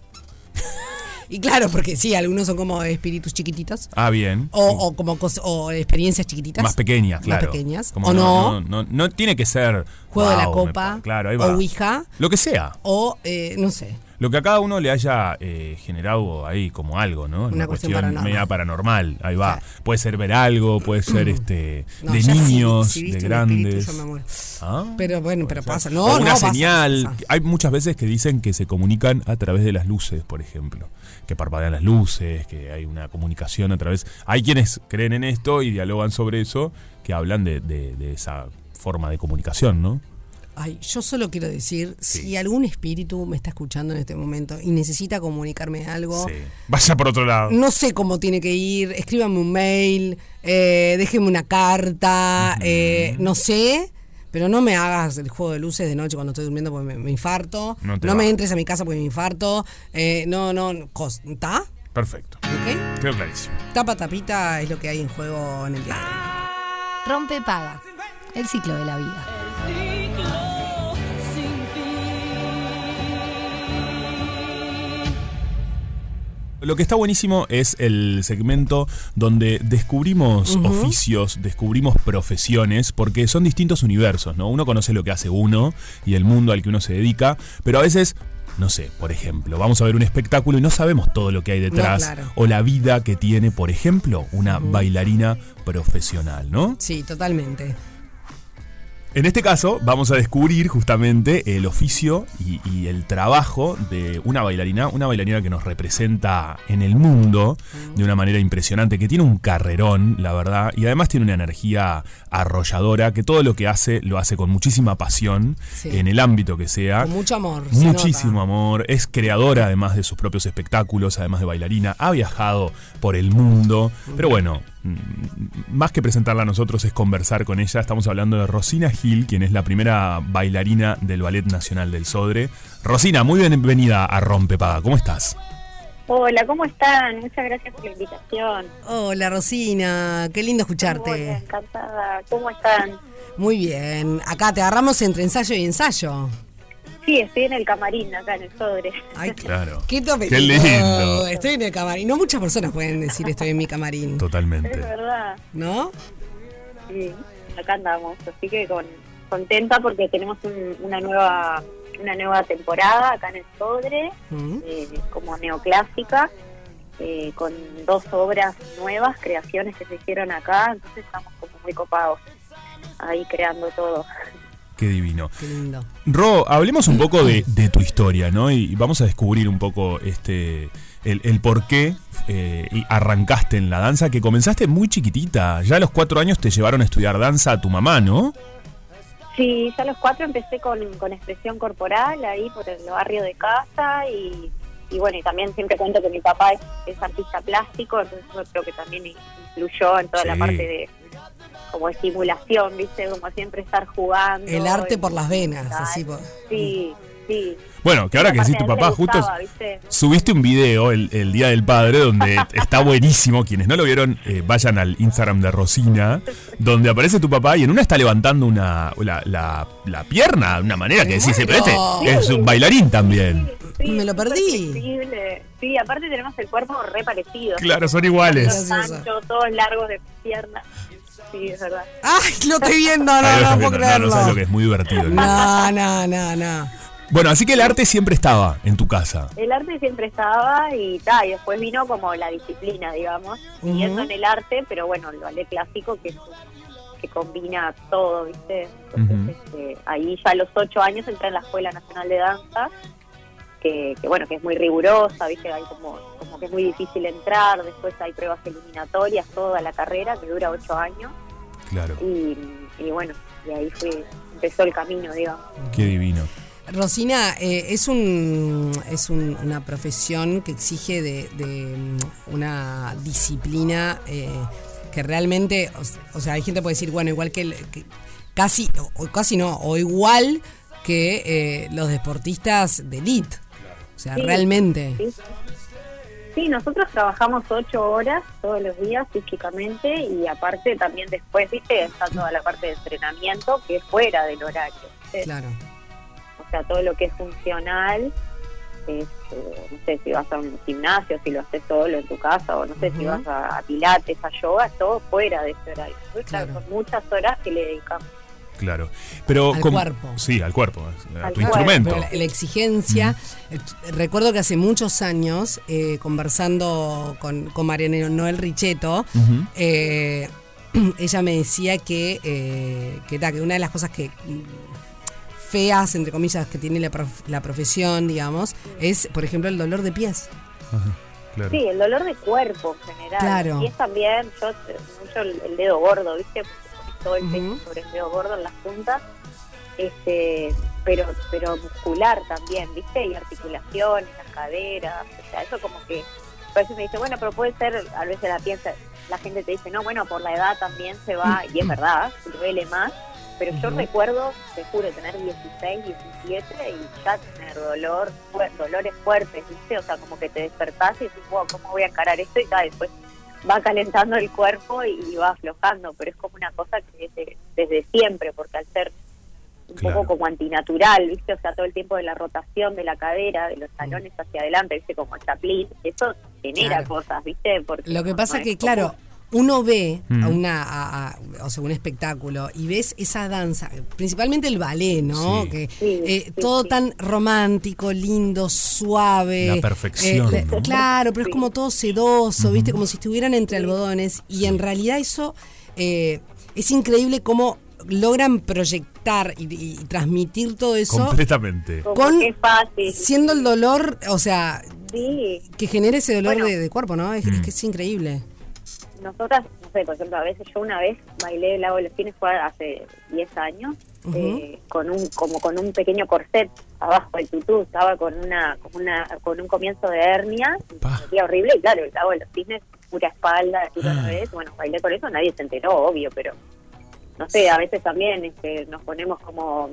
Y claro, porque sí, algunos son como espíritus chiquititos.
Ah, bien.
O, o como cos- o experiencias chiquititas.
Más pequeñas, claro.
Más pequeñas.
Como
o no,
No, no, no tiene que ser.
Juego de la
"Wow", me
copa,
pa- Claro, ahí
o
va.
Ouija.
Lo que sea.
O, eh, no sé.
Lo que a cada uno le haya eh, generado ahí como algo, ¿no?
Una cuestión paranormal.
media paranormal. Ahí va. Puede ser ver algo, puede ser este
No,
de
ya si-
niños,
si
de
viste un espíritu,
grandes.
yo me muero.
Ah.
Pero bueno, pero pasa. No,
O una
no, pasa,
señal.
pasa.
Hay muchas veces que dicen que se comunican a través de las luces, por ejemplo. Que parpadean las luces, que hay una comunicación a través. Hay quienes creen en esto y dialogan sobre eso, que hablan de, de- de esa forma de comunicación, ¿no?
Ay, yo solo quiero decir,
Sí.
si algún espíritu me está escuchando en este momento y necesita comunicarme algo,
Sí. Vaya por otro lado.
no sé cómo tiene que ir, escríbame un mail, eh, déjeme una carta, eh, no sé, pero no me hagas el juego de luces de noche cuando estoy durmiendo porque me, me infarto,
No
no,
te va.
me entres a mi casa porque me infarto, eh, no, no, ¿está?
Perfecto.
¿Ok?
Quedó clarísimo.
Tapa tapita es lo que hay en juego en el día. de hoy.
Rompe paga. El ciclo de la vida.
Lo que está buenísimo es el segmento donde descubrimos oficios, descubrimos profesiones, porque son distintos universos, ¿no? Uno conoce lo que hace uno y el mundo al que uno se dedica, pero a veces no sé, por ejemplo, vamos a ver un espectáculo y no sabemos todo lo que hay detrás
claro.
o la vida que tiene, por ejemplo, una bailarina profesional, ¿no?
Sí, totalmente.
En este caso, vamos a descubrir justamente el oficio y, y el trabajo de una bailarina, una bailarina que nos representa en el mundo de una manera impresionante, que tiene un carrerón, la verdad, y además tiene una energía arrolladora, que todo lo que hace lo hace con muchísima pasión,
Sí.
en el ámbito que sea.
Con mucho amor, se
Muchísimo
nota.
amor. Es creadora además de sus propios espectáculos, además de bailarina. Ha viajado por el mundo. Pero bueno, mm, más que presentarla a nosotros es conversar con ella. Estamos hablando de Rosina Gil, quien es la primera bailarina del Ballet Nacional del Sodre. Rosina, muy bienvenida a Rompepaga. ¿Cómo estás?
Hola, ¿cómo están? Muchas gracias por la invitación.
Hola Rosina, qué lindo escucharte.
Hola, encantada. ¿Cómo están?
Muy bien. Acá te agarramos entre ensayo y ensayo.
Sí, estoy en el camarín acá en el sobre.
Ay,
Claro.
qué tope.
Qué lindo.
Oh, Estoy en el camarín. No muchas personas pueden decir estoy en mi camarín,
Es
Totalmente.
verdad.
¿no?
Sí, acá andamos. Así que con, contenta porque tenemos un- una nueva una nueva temporada acá en el sobre,
Mm.
eh, como neoclásica. eh, con dos obras nuevas, creaciones que se hicieron acá, entonces estamos como muy copados ahí creando todo.
Qué divino.
Qué lindo.
Ro, hablemos un poco de, de tu historia, ¿no? Y vamos a descubrir un poco este el, el por qué eh, y arrancaste en la danza, que comenzaste muy chiquitita. Ya a los cuatro años te llevaron a estudiar danza a tu mamá, ¿no?
Sí, ya a los cuatro empecé con, con expresión corporal ahí por el barrio de casa y, y bueno, y también siempre cuento que mi papá es, es artista plástico, entonces yo creo que también influyó en toda la
Sí.
parte de como estimulación, ¿viste? Como siempre estar jugando.
El arte por las venas,
Ay,
así por-
Sí, sí.
Bueno, que ahora que
Aparte,
decís tu
a él le
papá, justo
gustaba, ¿viste?
subiste un video el, el Día del Padre donde está buenísimo. Quienes no lo vieron, eh, vayan al Instagram de Rosina, donde aparece tu papá y en una está levantando una la, la- la pierna de una manera que decís,
muero!
pero este es un bailarín también.
Sí,
Me lo
súper
perdí.
flexible. Sí, aparte tenemos el cuerpo re parecido.
Claro, son iguales.
Todos
Gracioso.
anchos, todos largos de piernas. Sí, es verdad.
Ay, lo estoy viendo,
Ahí
no,
lo
no,
estás viendo. No,
puedo
no
creerlo.
sabes lo que es muy divertido. el video.
No, no, no, no.
Bueno, así que el arte siempre estaba en tu casa.
El arte siempre estaba y ta, y después vino como la disciplina, digamos,
Ujú.
siguiendo en el arte, pero bueno, el ballet clásico que es un- que combina todo, ¿viste? Entonces, este, ahí ya a los ocho años entré en la Escuela Nacional de Danza, que, que bueno, que es muy rigurosa, ¿viste? Hay como, como que es muy difícil entrar, después hay pruebas eliminatorias, toda la carrera que dura ocho años
Claro,
y, y bueno, y ahí fui, empezó el camino, digamos.
qué divino.
Rosina, eh, es, un, es un- una profesión que exige de, de, mm, una disciplina eh, que realmente, o, s- o sea, hay gente que puede decir, bueno, igual que, el- que- casi, o, o casi no, o igual que eh, los deportistas de elite. O sea,
Sí.
realmente.
Sí. Sí, nosotros trabajamos ocho horas todos los días físicamente y aparte también después, viste, está toda la parte de entrenamiento que es fuera del horario. ¿viste?
Claro.
O sea, todo lo que es funcional, es, eh, no sé si vas a un gimnasio, si lo haces solo en tu casa o no sé si
Ujú.
vas a, a pilates, a yoga, es todo fuera de ese horario. Nosotros
Claro.
Son muchas horas que le dedicamos.
Claro. Pero
Al
con-
cuerpo.
Sí, al cuerpo, a
Al
tu
cuerpo.
instrumento.
Pero La, la exigencia. eh, Recuerdo que hace muchos años, eh, conversando con, con Mariano Noel Richeto,
Ujú.
eh, ella me decía que, eh, que, ta, que una de las cosas que mm, feas, entre comillas, que tiene la, prof- la profesión, digamos, es, por ejemplo, el dolor de pies.
Ajá, Claro.
Sí, el dolor de cuerpo en general.
Claro.
Y es también, yo eh, mucho el, el dedo gordo, ¿viste? Porque pones todo el pecho
Ujú.
sobre el dedo gordo en las puntas. Este, pero, pero muscular también, ¿viste? Y articulaciones, las caderas. O sea, eso como que. A veces me dice, bueno, pero puede ser, a veces la piensa, la gente te dice, no, bueno, por la edad también se va, y es verdad, duele más. Pero yo
Ujú.
recuerdo, te juro, tener 16, 17 y ya tener dolor, fuer- dolores fuertes, ¿viste? O sea, como que te despertás y decís, wow, ¿cómo voy a encarar esto? Y ya después va calentando el cuerpo y, y va aflojando, pero es como una cosa que desde, desde siempre, porque al ser un
Claro.
poco como antinatural, ¿viste? O sea, todo el tiempo de la rotación de la cadera, de los talones hacia adelante, ¿viste? Como Chaplin, eso genera
Claro.
cosas, ¿viste? Porque
Lo que
no-
pasa
no
que,
como-
claro, uno ve a
Mm.
una, a- a- o sea, un espectáculo y ves esa danza, principalmente el ballet, ¿no?
Sí.
Que,
Sí,
eh,
sí,
todo
sí.
tan romántico, lindo, suave.
La perfección,
la-
¿no?
Claro, pero es como todo sedoso, ¿viste? Como si estuvieran entre algodones. Y en realidad eso eh, es increíble cómo logran proyectar y, y transmitir todo eso
Completamente.
Como
Con-
que es fácil.
siendo el dolor, o sea,
Sí,
que genera ese dolor
Bueno.
de, de cuerpo, ¿no? Es, es que es increíble.
nosotras, no sé, por ejemplo, a veces yo una vez bailé el lago de los Fines, fue hace 10 años,
Ujú.
eh, con un como con un pequeño corset abajo del tutú, estaba con una, con una con un comienzo de hernia, y
Pa.
me sentía horrible, y claro, el lago de los Fines, pura espalda, pura
Ah.
vez, bueno, bailé con eso, nadie se enteró, obvio, pero no sé, a veces también este, nos ponemos como,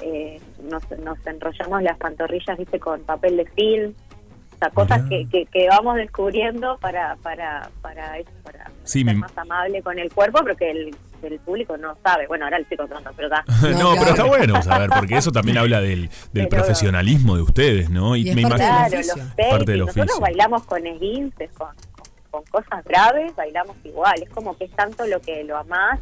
eh, nos, nos enrollamos las pantorrillas, viste, con papel de film, o sea, cosas que,
Mirá.
que, que vamos descubriendo para para para, eso, para
Sí,
ser
mi-
más amable con el cuerpo, pero que el, el público no sabe. Bueno, ahora le estoy contando, pero está.
No,
No,
pero
claro.
está bueno saber, porque eso también habla del, del
Pero-
profesionalismo de ustedes, ¿no?
Y es parte
imagino-
Claro,
oficio.
los
Parte del
pechos. Nosotros
oficio.
bailamos con esguinces, con, con, con cosas graves, bailamos igual. Es como que es tanto lo que lo amás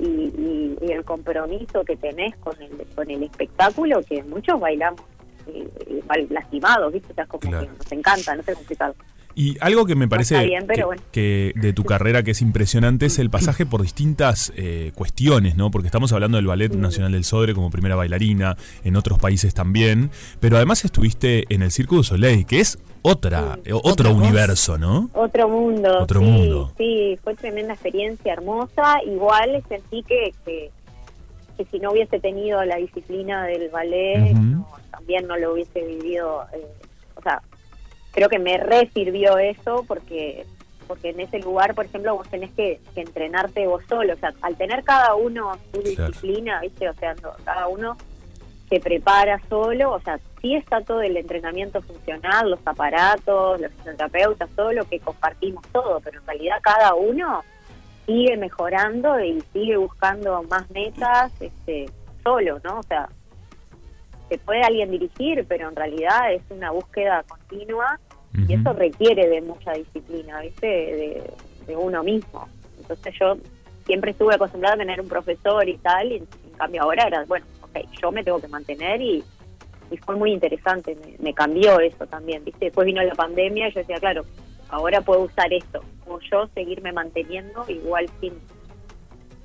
y, y- y el compromiso que tenés con el, con el espectáculo que muchos bailamos eh, eh, lastimados, ¿viste? O sea, es como
Claro.
que nos encanta, no sé cómo explicarlo.
Y algo que me parece
está bien, pero
que,
bueno.
que de tu carrera que es impresionante es el pasaje por distintas eh, cuestiones, ¿no? Porque estamos hablando del
Mm.
Ballet Nacional del Sodre como primera bailarina, en otros países también, pero además estuviste en el Circo du Soleil, que es otra, eh,
Otra
otro
cosa.
universo, ¿no?
Otro mundo.
Otro
sí,
mundo.
Sí, fue tremenda experiencia, hermosa. Igual sentí que, que, que si no hubiese tenido la disciplina del ballet,
Ujú.
no, también no lo hubiese vivido. eh, o sea, creo que me re sirvió eso porque porque en ese lugar, por ejemplo, vos tenés que, que entrenarte vos solo. O sea, al tener cada uno su
Claro.
disciplina, ¿viste? O sea, no- cada uno se prepara solo, o sea, sí está todo el entrenamiento funcional, los aparatos, los fisioterapeutas, todo lo que compartimos, todo, pero en realidad cada uno sigue mejorando y sigue buscando más metas este, solo, ¿no? O sea, se puede alguien dirigir, pero en realidad es una búsqueda continua y eso
Ujú.
requiere de mucha disciplina, ¿viste? De, de uno mismo. Entonces yo siempre estuve acostumbrada a tener un profesor y tal, y en cambio ahora era, bueno, ok, yo me tengo que mantener y, y fue muy interesante, me, me cambió eso también, ¿viste? Después vino la pandemia y yo decía, claro, ahora puedo usar esto, o yo seguirme manteniendo igual sin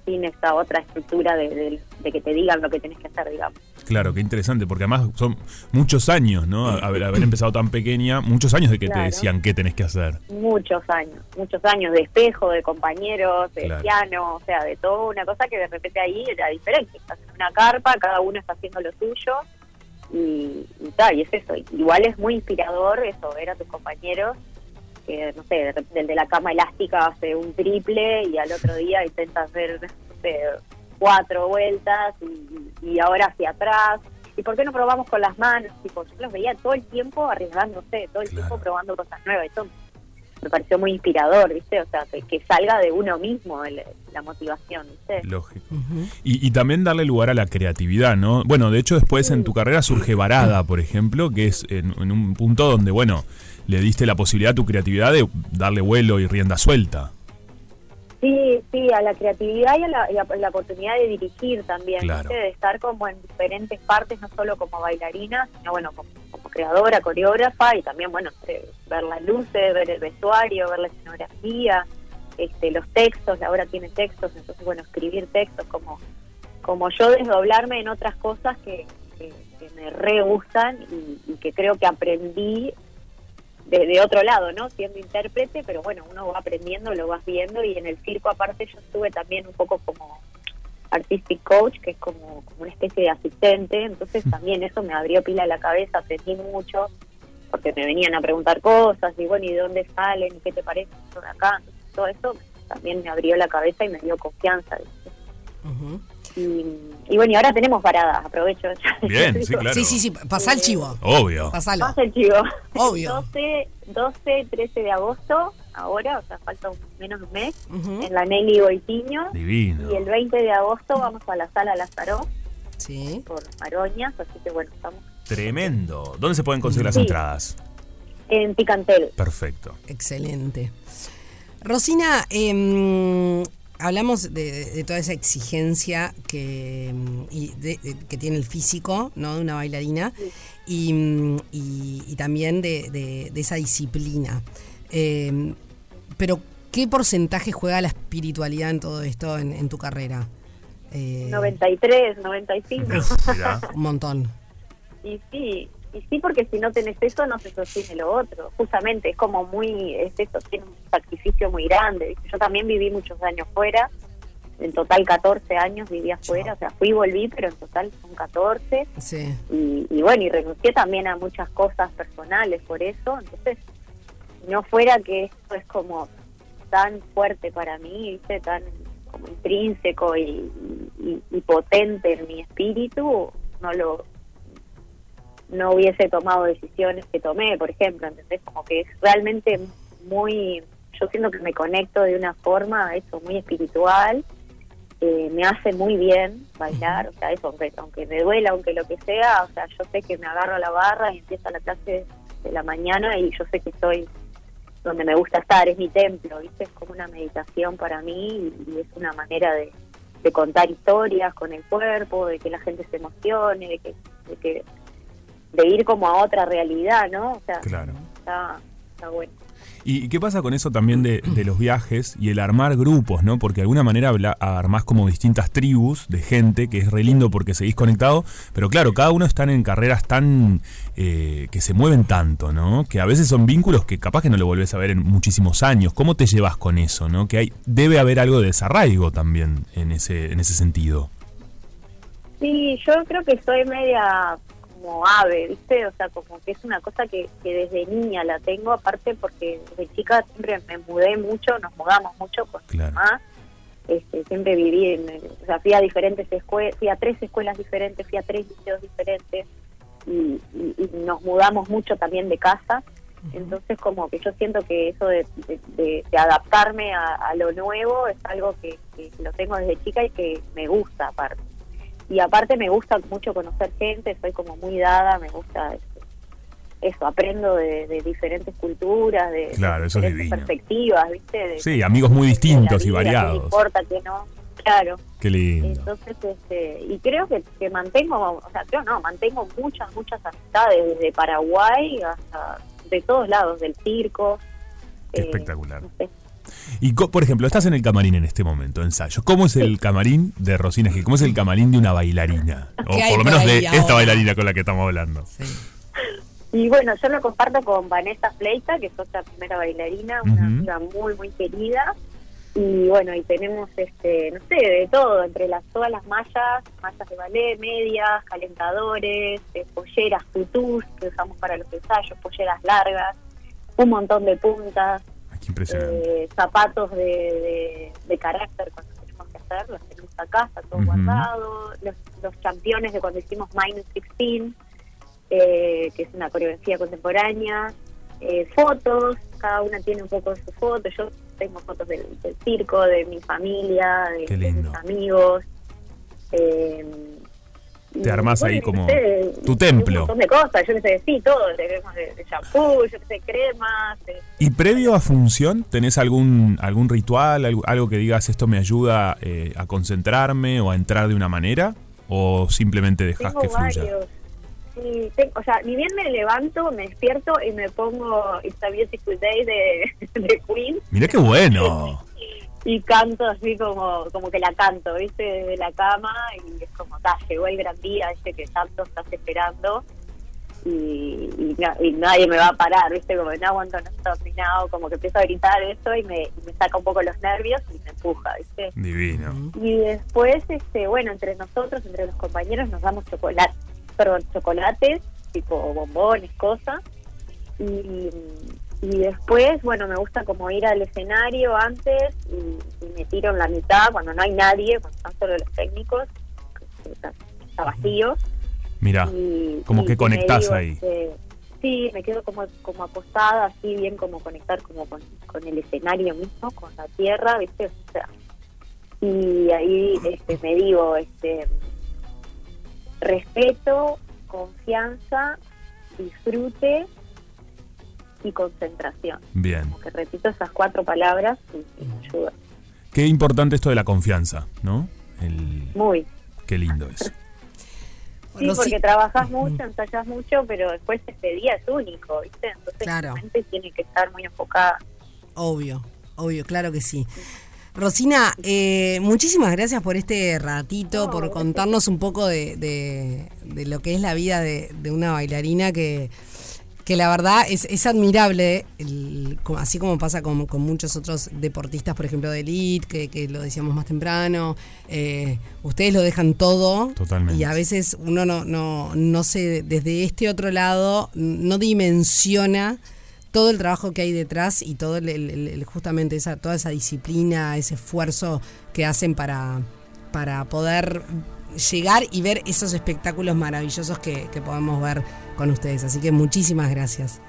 sin esta otra estructura de, de- de que te digan lo que tenés que hacer, digamos.
Claro, qué interesante, porque además son muchos años, ¿no? A- Haber, haber empezado tan pequeña, muchos años de que te
Claro.
decían qué tenés que hacer.
muchos años, muchos años de espejo, de compañeros, de
Claro.
piano, o sea, de toda una cosa que de repente ahí era diferente. Estás en una carpa, cada uno está haciendo lo suyo y, y tal, y es eso. Igual es muy inspirador eso, ver a tus compañeros que, no sé, de repente el de la cama elástica hace un triple y al otro día intenta hacer no sé, cuatro vueltas y, y ahora hacia atrás. ¿Y por qué no probamos con las manos? Tipo, yo los veía todo el tiempo arriesgándose, todo el
Claro.
tiempo probando cosas nuevas. Eso me pareció muy inspirador, ¿viste? O sea, que, que salga de uno mismo el- la motivación, ¿viste?
Lógico. y, y también darle lugar a la creatividad, ¿no? Bueno, de hecho después en tu carrera surge Varada, por ejemplo, que es en, en un punto donde, bueno, le diste la posibilidad a tu creatividad de darle vuelo y rienda suelta.
Sí, sí, a la creatividad y a la, y a la oportunidad de dirigir también,
Claro.
¿viste? de estar como en diferentes partes, no solo como bailarina, sino bueno, como, como creadora, coreógrafa y también, bueno, eh, ver las luces, ver el vestuario, ver la escenografía, este, los textos, la obra tiene textos, entonces, bueno, escribir textos, como, como yo desdoblarme en otras cosas que, que- que me re gustan y- y que creo que aprendí de, de otro lado, ¿no? Siendo intérprete, pero bueno, uno va aprendiendo, lo vas viendo y en el circo aparte yo estuve también un poco como artistic coach, que es como, como una especie de asistente, entonces
Mm.
también eso me abrió pila la cabeza, aprendí mucho, porque me venían a preguntar cosas y bueno, ¿y de dónde salen? ¿Y qué te parece esto de acá? Entonces, todo eso también me abrió la cabeza y me dio confianza. ¿viste?
Ujú.
Y, y bueno, y ahora tenemos varadas, aprovecho.
Bien, sí, claro.
Sí, sí, sí, pasá el chivo.
Obvio.
Pasalo.
Pasa el chivo.
Obvio.
12, 12, 13 de agosto, ahora, o sea, falta un- menos de un mes,
Ujú.
en la Nelly Boitiño.
Divino.
Y el 20 de agosto vamos a la sala Lázaro
Sí.
por Maroñas, así que bueno, estamos
Tremendo. ¿Dónde se pueden conseguir las
Sí.
entradas?
en Picantel.
Perfecto.
Excelente. Rosina, eh, hablamos de, de toda esa exigencia que, mm, y de- de- que tiene el físico ¿no? de una bailarina y, mm, y- y también de, de- de esa disciplina. Eh, pero, ¿qué porcentaje juega la espiritualidad en todo esto en, en tu carrera? Eh,
93, 95.
Mirá.
un montón.
Y sí, y sí, porque si no tenés eso, no se sostiene lo otro. Justamente, es como muy, es eso, tiene un sacrificio muy grande. ¿viste? Yo también viví muchos años fuera, en total 14 años viví afuera, o sea, fui y volví, pero en total son 14.
Sí.
Y, y bueno, y renuncié también a muchas cosas personales por eso. Entonces, si no fuera que esto es como tan fuerte para mí, ¿viste? tan como intrínseco y, y- y potente en mi espíritu, no lo no hubiese tomado decisiones que tomé, por ejemplo, ¿entendés? Como que es realmente muy, yo siento que me conecto de una forma, eso, muy espiritual, eh, me hace muy bien bailar, o sea, eso, aunque, aunque me duela, aunque lo que sea, o sea, yo sé que me agarro a la barra y empieza la clase de la mañana y yo sé que estoy donde me gusta estar, es mi templo, ¿viste? Es como una meditación para mí y, y es una manera de, de contar historias con el cuerpo, de que la gente se emocione, de que, de que de ir como a otra realidad, ¿no? O sea,
Claro.
está, está bueno.
¿Y qué pasa con eso también de, de los viajes y el armar grupos, no? Porque de alguna manera habla- armás como distintas tribus de gente, que es re lindo porque seguís conectado, pero claro, cada uno están en carreras tan. eh, que se mueven tanto, ¿no? Que a veces son vínculos que capaz que no lo volvés a ver en muchísimos años. ¿Cómo te llevas con eso, no? Que hay, debe haber algo de desarraigo también en ese, en ese sentido.
Sí, yo creo que soy media como ave, ¿viste? O sea, como que es una cosa que, que desde niña la tengo, aparte porque desde chica siempre me mudé mucho, nos mudamos mucho con
Claro.
mi mamá. Este, siempre viví, en, o sea, fui a diferentes escuelas, fui a tres escuelas diferentes, fui a tres liceos diferentes y, y- y nos mudamos mucho también de casa. Entonces, como que yo siento que eso de, de- de- de adaptarme a, a lo nuevo es algo que, que lo tengo desde chica y que me gusta aparte y aparte me gusta mucho conocer gente, soy como muy dada, me gusta este, eso, aprendo de, de diferentes culturas, de, de
Claro, eso es
diferentes
divino.
perspectivas, ¿viste? De-
Sí, amigos muy
de la
distintos y
vida, qué
variados.
importa que no, claro.
Qué lindo.
Entonces, este, y creo que, que mantengo, o sea, creo no, mantengo muchas, muchas amistades, desde Paraguay hasta de todos lados, del circo.
Qué
eh,
espectacular.
no sé.
Y, co- por ejemplo, estás en el camarín en este momento, ensayo. ¿Cómo es el camarín de Rosina Gil? ¿Cómo es el camarín de una bailarina? O
¿Qué hay
por lo
por
menos de
ahí
esta
ahora?
bailarina con la que estamos hablando.
Y bueno, yo lo comparto con Vanessa Fleita, que es otra primera bailarina, una
Ujú.
amiga muy, muy querida. Y bueno, y tenemos, este no sé, de todo, entre las todas las mallas, mallas de ballet, medias, calentadores, eh, polleras tutús que usamos para los ensayos, polleras largas, un montón de puntas,
Ay, Ah, Qué impresionante.
eh, zapatos de, de, de carácter cuando tenemos que hacer, los tenemos acá, está todo
Ujú.
guardado, los, los campeones de cuando hicimos Minus 16, eh, que es una coreografía contemporánea, eh, fotos, cada una tiene un poco de su foto, yo tengo fotos del, del circo, de mi familia, de,
Qué
de
lindo.
mis amigos. eh,
Te
y,
armás ahí
no
como
sé,
tu
un
templo.
montón de cosas, yo qué sé, sí, todo, tenemos de, de shampoo, yo qué sé, cremas, eh, de-
¿Y previo a función tenés algún, algún ritual, algo, algo que digas esto me ayuda eh, a concentrarme o a entrar de una manera? ¿O simplemente dejas
Tengo
que fluya?
varios. Sí, te- o sea, ni bien me levanto, me despierto y me pongo It's a Beautiful Day de, de Queen
Mirá qué bueno.
y canto así como como que la canto, ¿viste? Desde la cama y es como, ta, llegó el gran día ese que tanto estás esperando y, y na- y nadie me va a parar, ¿viste? Como, no aguanto, no stop me now", como que empiezo a gritar eso y me, y me saca un poco los nervios y me empuja, ¿viste?
Divino.
Y después, este, bueno, entre nosotros, entre los compañeros, nos damos chocolate, perdón, chocolates, tipo bombones, cosas. Y, y después, bueno, me gusta como ir al escenario antes y, y me tiro en la mitad cuando no hay nadie, cuando están solo los técnicos, que está, está vacío.
Mirá.
y,
como que
me
conectás
digo,
ahí.
este, sí, me quedo como, como acostada, así bien como conectar como con, con el escenario mismo, con la tierra, ¿viste? O sea, y ahí este, me digo, este respeto, confianza, disfrute y, y concentración.
Bien.
Como que repito esas cuatro palabras y, y me ayuda.
Qué importante esto de la confianza, ¿no? El-
Muy.
Qué lindo es.
Sí,
Bueno, sí.
porque trabajas mucho, ensayas mucho, pero después este día es único, ¿viste? Entonces
Claro.
la gente tiene que estar muy enfocada.
Obvio, obvio, claro que sí. Rosina, eh, muchísimas gracias por este ratito,
No,
por
gracias.
contarnos un poco de, de- de lo que es la vida de, de una bailarina que, que la verdad es, es admirable, el- como- así como pasa con, con muchos otros deportistas, por ejemplo, de elite, que, que lo decíamos más temprano, eh, ustedes lo dejan todo
Totalmente.
y a veces uno no, no, no se, desde este otro lado, no dimensiona todo el trabajo que hay detrás y todo el, el- el- el- justamente esa, toda esa disciplina, ese esfuerzo que hacen para, para poder llegar y ver esos espectáculos maravillosos que, que podemos ver con ustedes. Así que muchísimas gracias.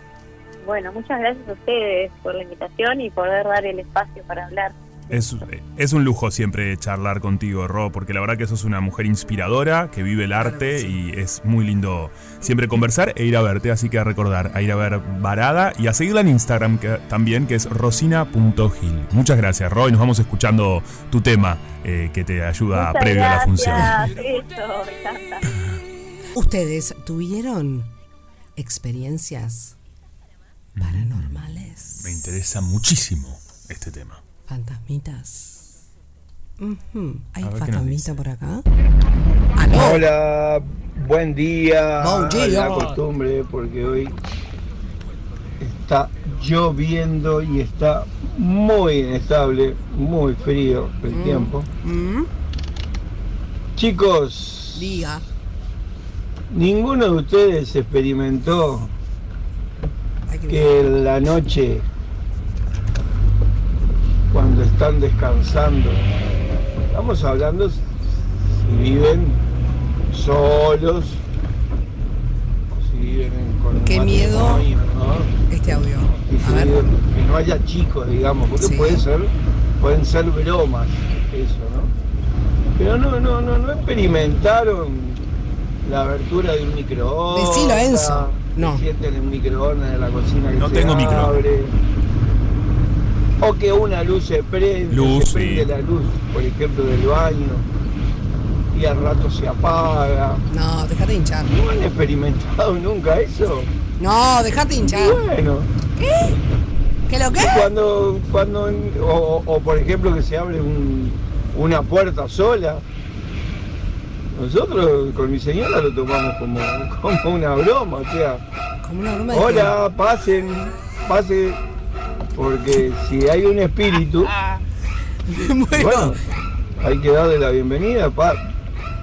Bueno, muchas gracias a ustedes por la invitación y poder dar el espacio para hablar.
Es, es un lujo siempre charlar contigo, Ro, porque la verdad que sos una mujer inspiradora que vive el arte y es muy lindo siempre conversar e ir a verte. Así que a recordar, a ir a ver Varada y a seguirla en Instagram que- también, que es rosina.gil. Muchas gracias, Ro, y nos vamos escuchando tu tema eh, que te ayuda
muchas
previo a la función.
gracias. Eso, me encanta.
¿Ustedes tuvieron experiencias paranormales?
Me interesa muchísimo este tema.
Fantasmitas. Ujú. Hay
A ver qué nos dice.
fantasmita por acá. ¡Aló!
Hola, buen día.
Buen día.
La costumbre, porque hoy está lloviendo y está muy inestable, muy frío el tiempo.
Mm,
Chicos,
Diga.
ninguno de ustedes experimentó
Hay que ver.
que en la noche, cuando están descansando, estamos hablando si viven solos, o si viven con un
Qué miedo.
matrimonio, ¿no?
Este audio.
Y
A
si
ver.
viven- que no haya chicos, digamos, porque
Sí.
puede ser, pueden ser bromas, eso, ¿no? Pero no, no, no, no experimentaron la abertura de un microondas.
Decilo, Enzo. No.
que Sienten el microondas de la cocina que
No
se
tengo micro.
abre. O que una luz se prende,
Luz,
se prende
sí.
la luz, por ejemplo, del baño, y al rato se apaga.
No, dejate hinchar.
¿No han experimentado nunca eso?
No, dejate hinchar.
Bueno.
¿Qué lo que?
cuando cuando o, o, por ejemplo que se abre un- una puerta sola nosotros con mi señora lo tomamos como, como una broma o sea
Como una broma de
hola pasen pase porque si hay un espíritu
que- Bueno,
bueno hay que darle la bienvenida pa,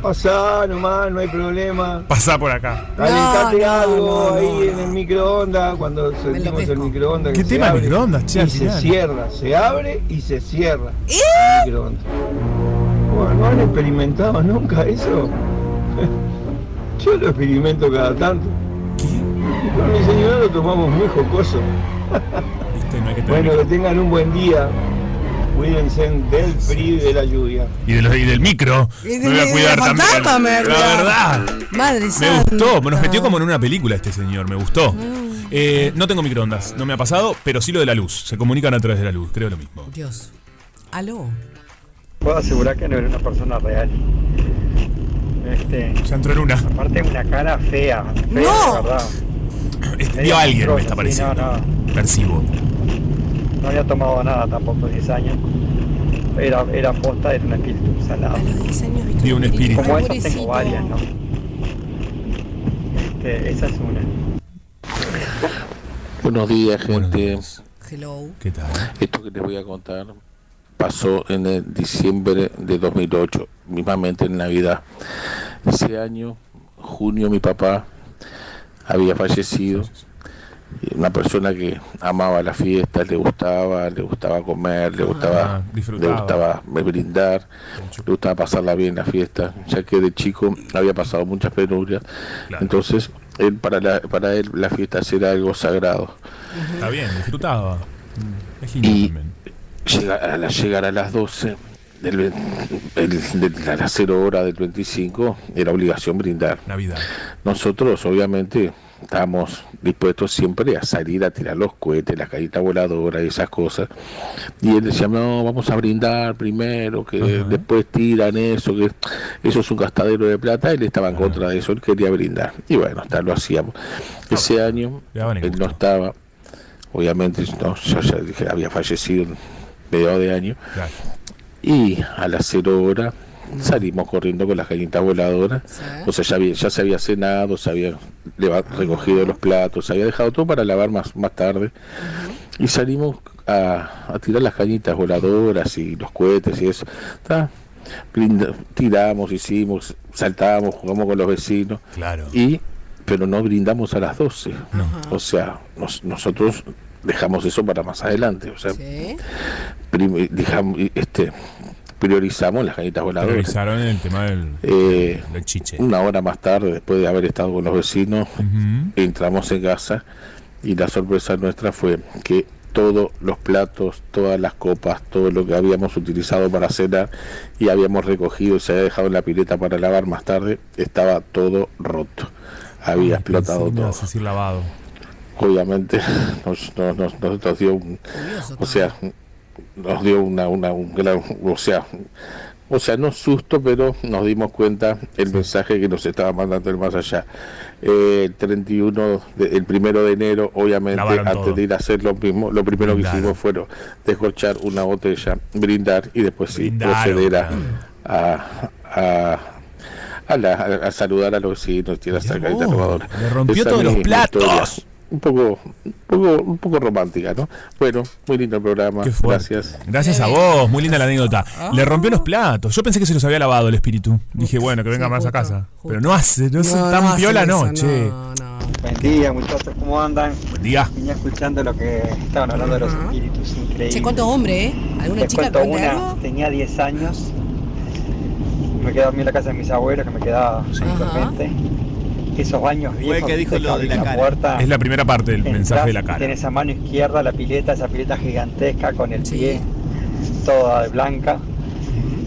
pasá nomás no hay problema
Pasá por acá.
Calentate
no,
algo
no, no,
ahí en
no.
el microondas cuando sentimos el
pesco.
microondas.
¿Qué
que
tema
se
el
abre
microondas, che,
Y
al
se
final?
cierra, se abre y se cierra. El microondas. Bueno, ¿no han experimentado nunca eso? Yo lo experimento cada tanto. Y con mi señora lo tomamos muy jocoso.
Viste, Este no hay que tener
Bueno,
micro.
que tengan un buen día. Cuídense del frío y de la lluvia.
Y, de los- y del micro.
Y
me voy
de-
a cuidar
de
también.
fantasma, me
La
olvidaba.
verdad.
Madre
Me
santa.
gustó, nos metió como en una película este señor, me gustó.
Mm.
Eh, no tengo microondas, no me ha pasado, pero sí lo de la luz. Se comunican a través de la luz, creo lo mismo.
Dios. Aló.
Puedo asegurar que no era una persona real. Este,
Ya entró en una.
aparte una cara fea, fea de
No.
verdad.
Es- Este, Vio a alguien, me está
Sí,
pareciendo.
no,
Percibo.
No había tomado nada tampoco 10 años. Era, era posta, era un espíritu salado.
A los 10 años viste
Vi un espíritu.
Como
Ay,
esas tengo
pobrecito.
varias, ¿no? Este, esa es una.
Buenos días,
Buenos
gente.
días.
Hello.
¿Qué tal?
Esto que les voy a contar pasó en el diciembre de 2008, mismamente en Navidad. Ese año, junio, mi papá había fallecido. Una persona que amaba las fiestas, le gustaba, le gustaba comer, le gustaba, le
Ah, disfrutaba.
gustaba brindar, le gustaba pasarla bien en las fiestas, ya que de chico había pasado muchas penurias.
Claro.
Entonces, él, para, la- para él las fiestas era algo sagrado.
Está bien, disfrutaba. Mm, Es
Y-
lindo también.
Llega- al llegar a las 12, del, el- de las 0 horas del 25 era obligación brindar.
Navidad.
Nosotros, obviamente, estábamos dispuestos siempre a salir a tirar los cohetes, las caritas voladoras y esas cosas. Y él decía, no, vamos a brindar primero, que después tiran eso, que eso es un gastadero de plata. Él estaba en contra de eso, él quería brindar. Y bueno, hasta lo hacíamos. Ese año,
Le daban el
él no estaba, obviamente, no, yo ya dije, había fallecido en mediados de año.
Claro.
Y a las cero horas salimos corriendo con las gallinas voladoras. O sea, ya, había- ya se había cenado, se había leva- recogido los platos, se había dejado todo para lavar más, más tarde. Y salimos a, a tirar las cañitas voladoras y los cohetes y eso. Ta, brinda- tiramos, hicimos, saltamos, jugamos con los vecinos.
Claro.
Y, pero no brindamos a las 12. O sea, nos- nosotros dejamos eso para más adelante. O sea, prim- dejamos, este, priorizamos las cañitas voladoras.
Priorizaron el tema del,
Eh,
del chiche.
una hora más tarde, después de haber estado con los vecinos, entramos en casa y la sorpresa nuestra fue que todos los platos, todas las copas, todo lo que habíamos utilizado para cenar y habíamos recogido y se había dejado en la pileta para lavar más tarde, estaba todo roto. Había explotado todo.
Es decir, lavado.
Obviamente nos, nos- nos- nos dio un, o sea, nos dio una, una, un gran, o sea, o sea, no susto, pero nos dimos cuenta el mensaje que nos estaba mandando el más allá. Eh, el 31, de- el primero de enero, obviamente,
Lavaron
antes
todo.
de ir a hacer lo mismo, lo primero que
Brindaron.
hicimos fueron descorchar una botella, brindar y después sí
Brindaron,
proceder a, a, a- a la- a- a saludar a los vecinos, tirar esa carita robadora.
le rompió
Esa
todos los
misma historia.
platos.
Un poco, un poco, un poco romántica, ¿no? Bueno, muy lindo el programa.
Qué fuerte.
Gracias.
Gracias a vos, muy linda la anécdota.
Ah.
Le rompió los platos. Yo pensé que se los había lavado el espíritu. Dije, bueno, que venga más a casa. Pero no hace, no es
No,
tan
no hace
piola,
eso,
no, che.
Buen día, muchachos, ¿cómo andan?
Buen día.
Venía escuchando lo que estaban hablando de los espíritus, increíble.
Che, ¿cuántos hombres, eh? ¿Alguna
Les
chica
cuento
cuente
una,
algo?
tenía 10 años, me quedaba a dormir en la casa de mis abuelos, que me quedaba habitualmente. Esos baños viejos,
que dijo
viste,
lo de
abrís
la cara.
puerta,
Es la primera parte del mensaje de la cara.
Tienes a mano izquierda la pileta, esa pileta gigantesca con el pie, toda de blanca.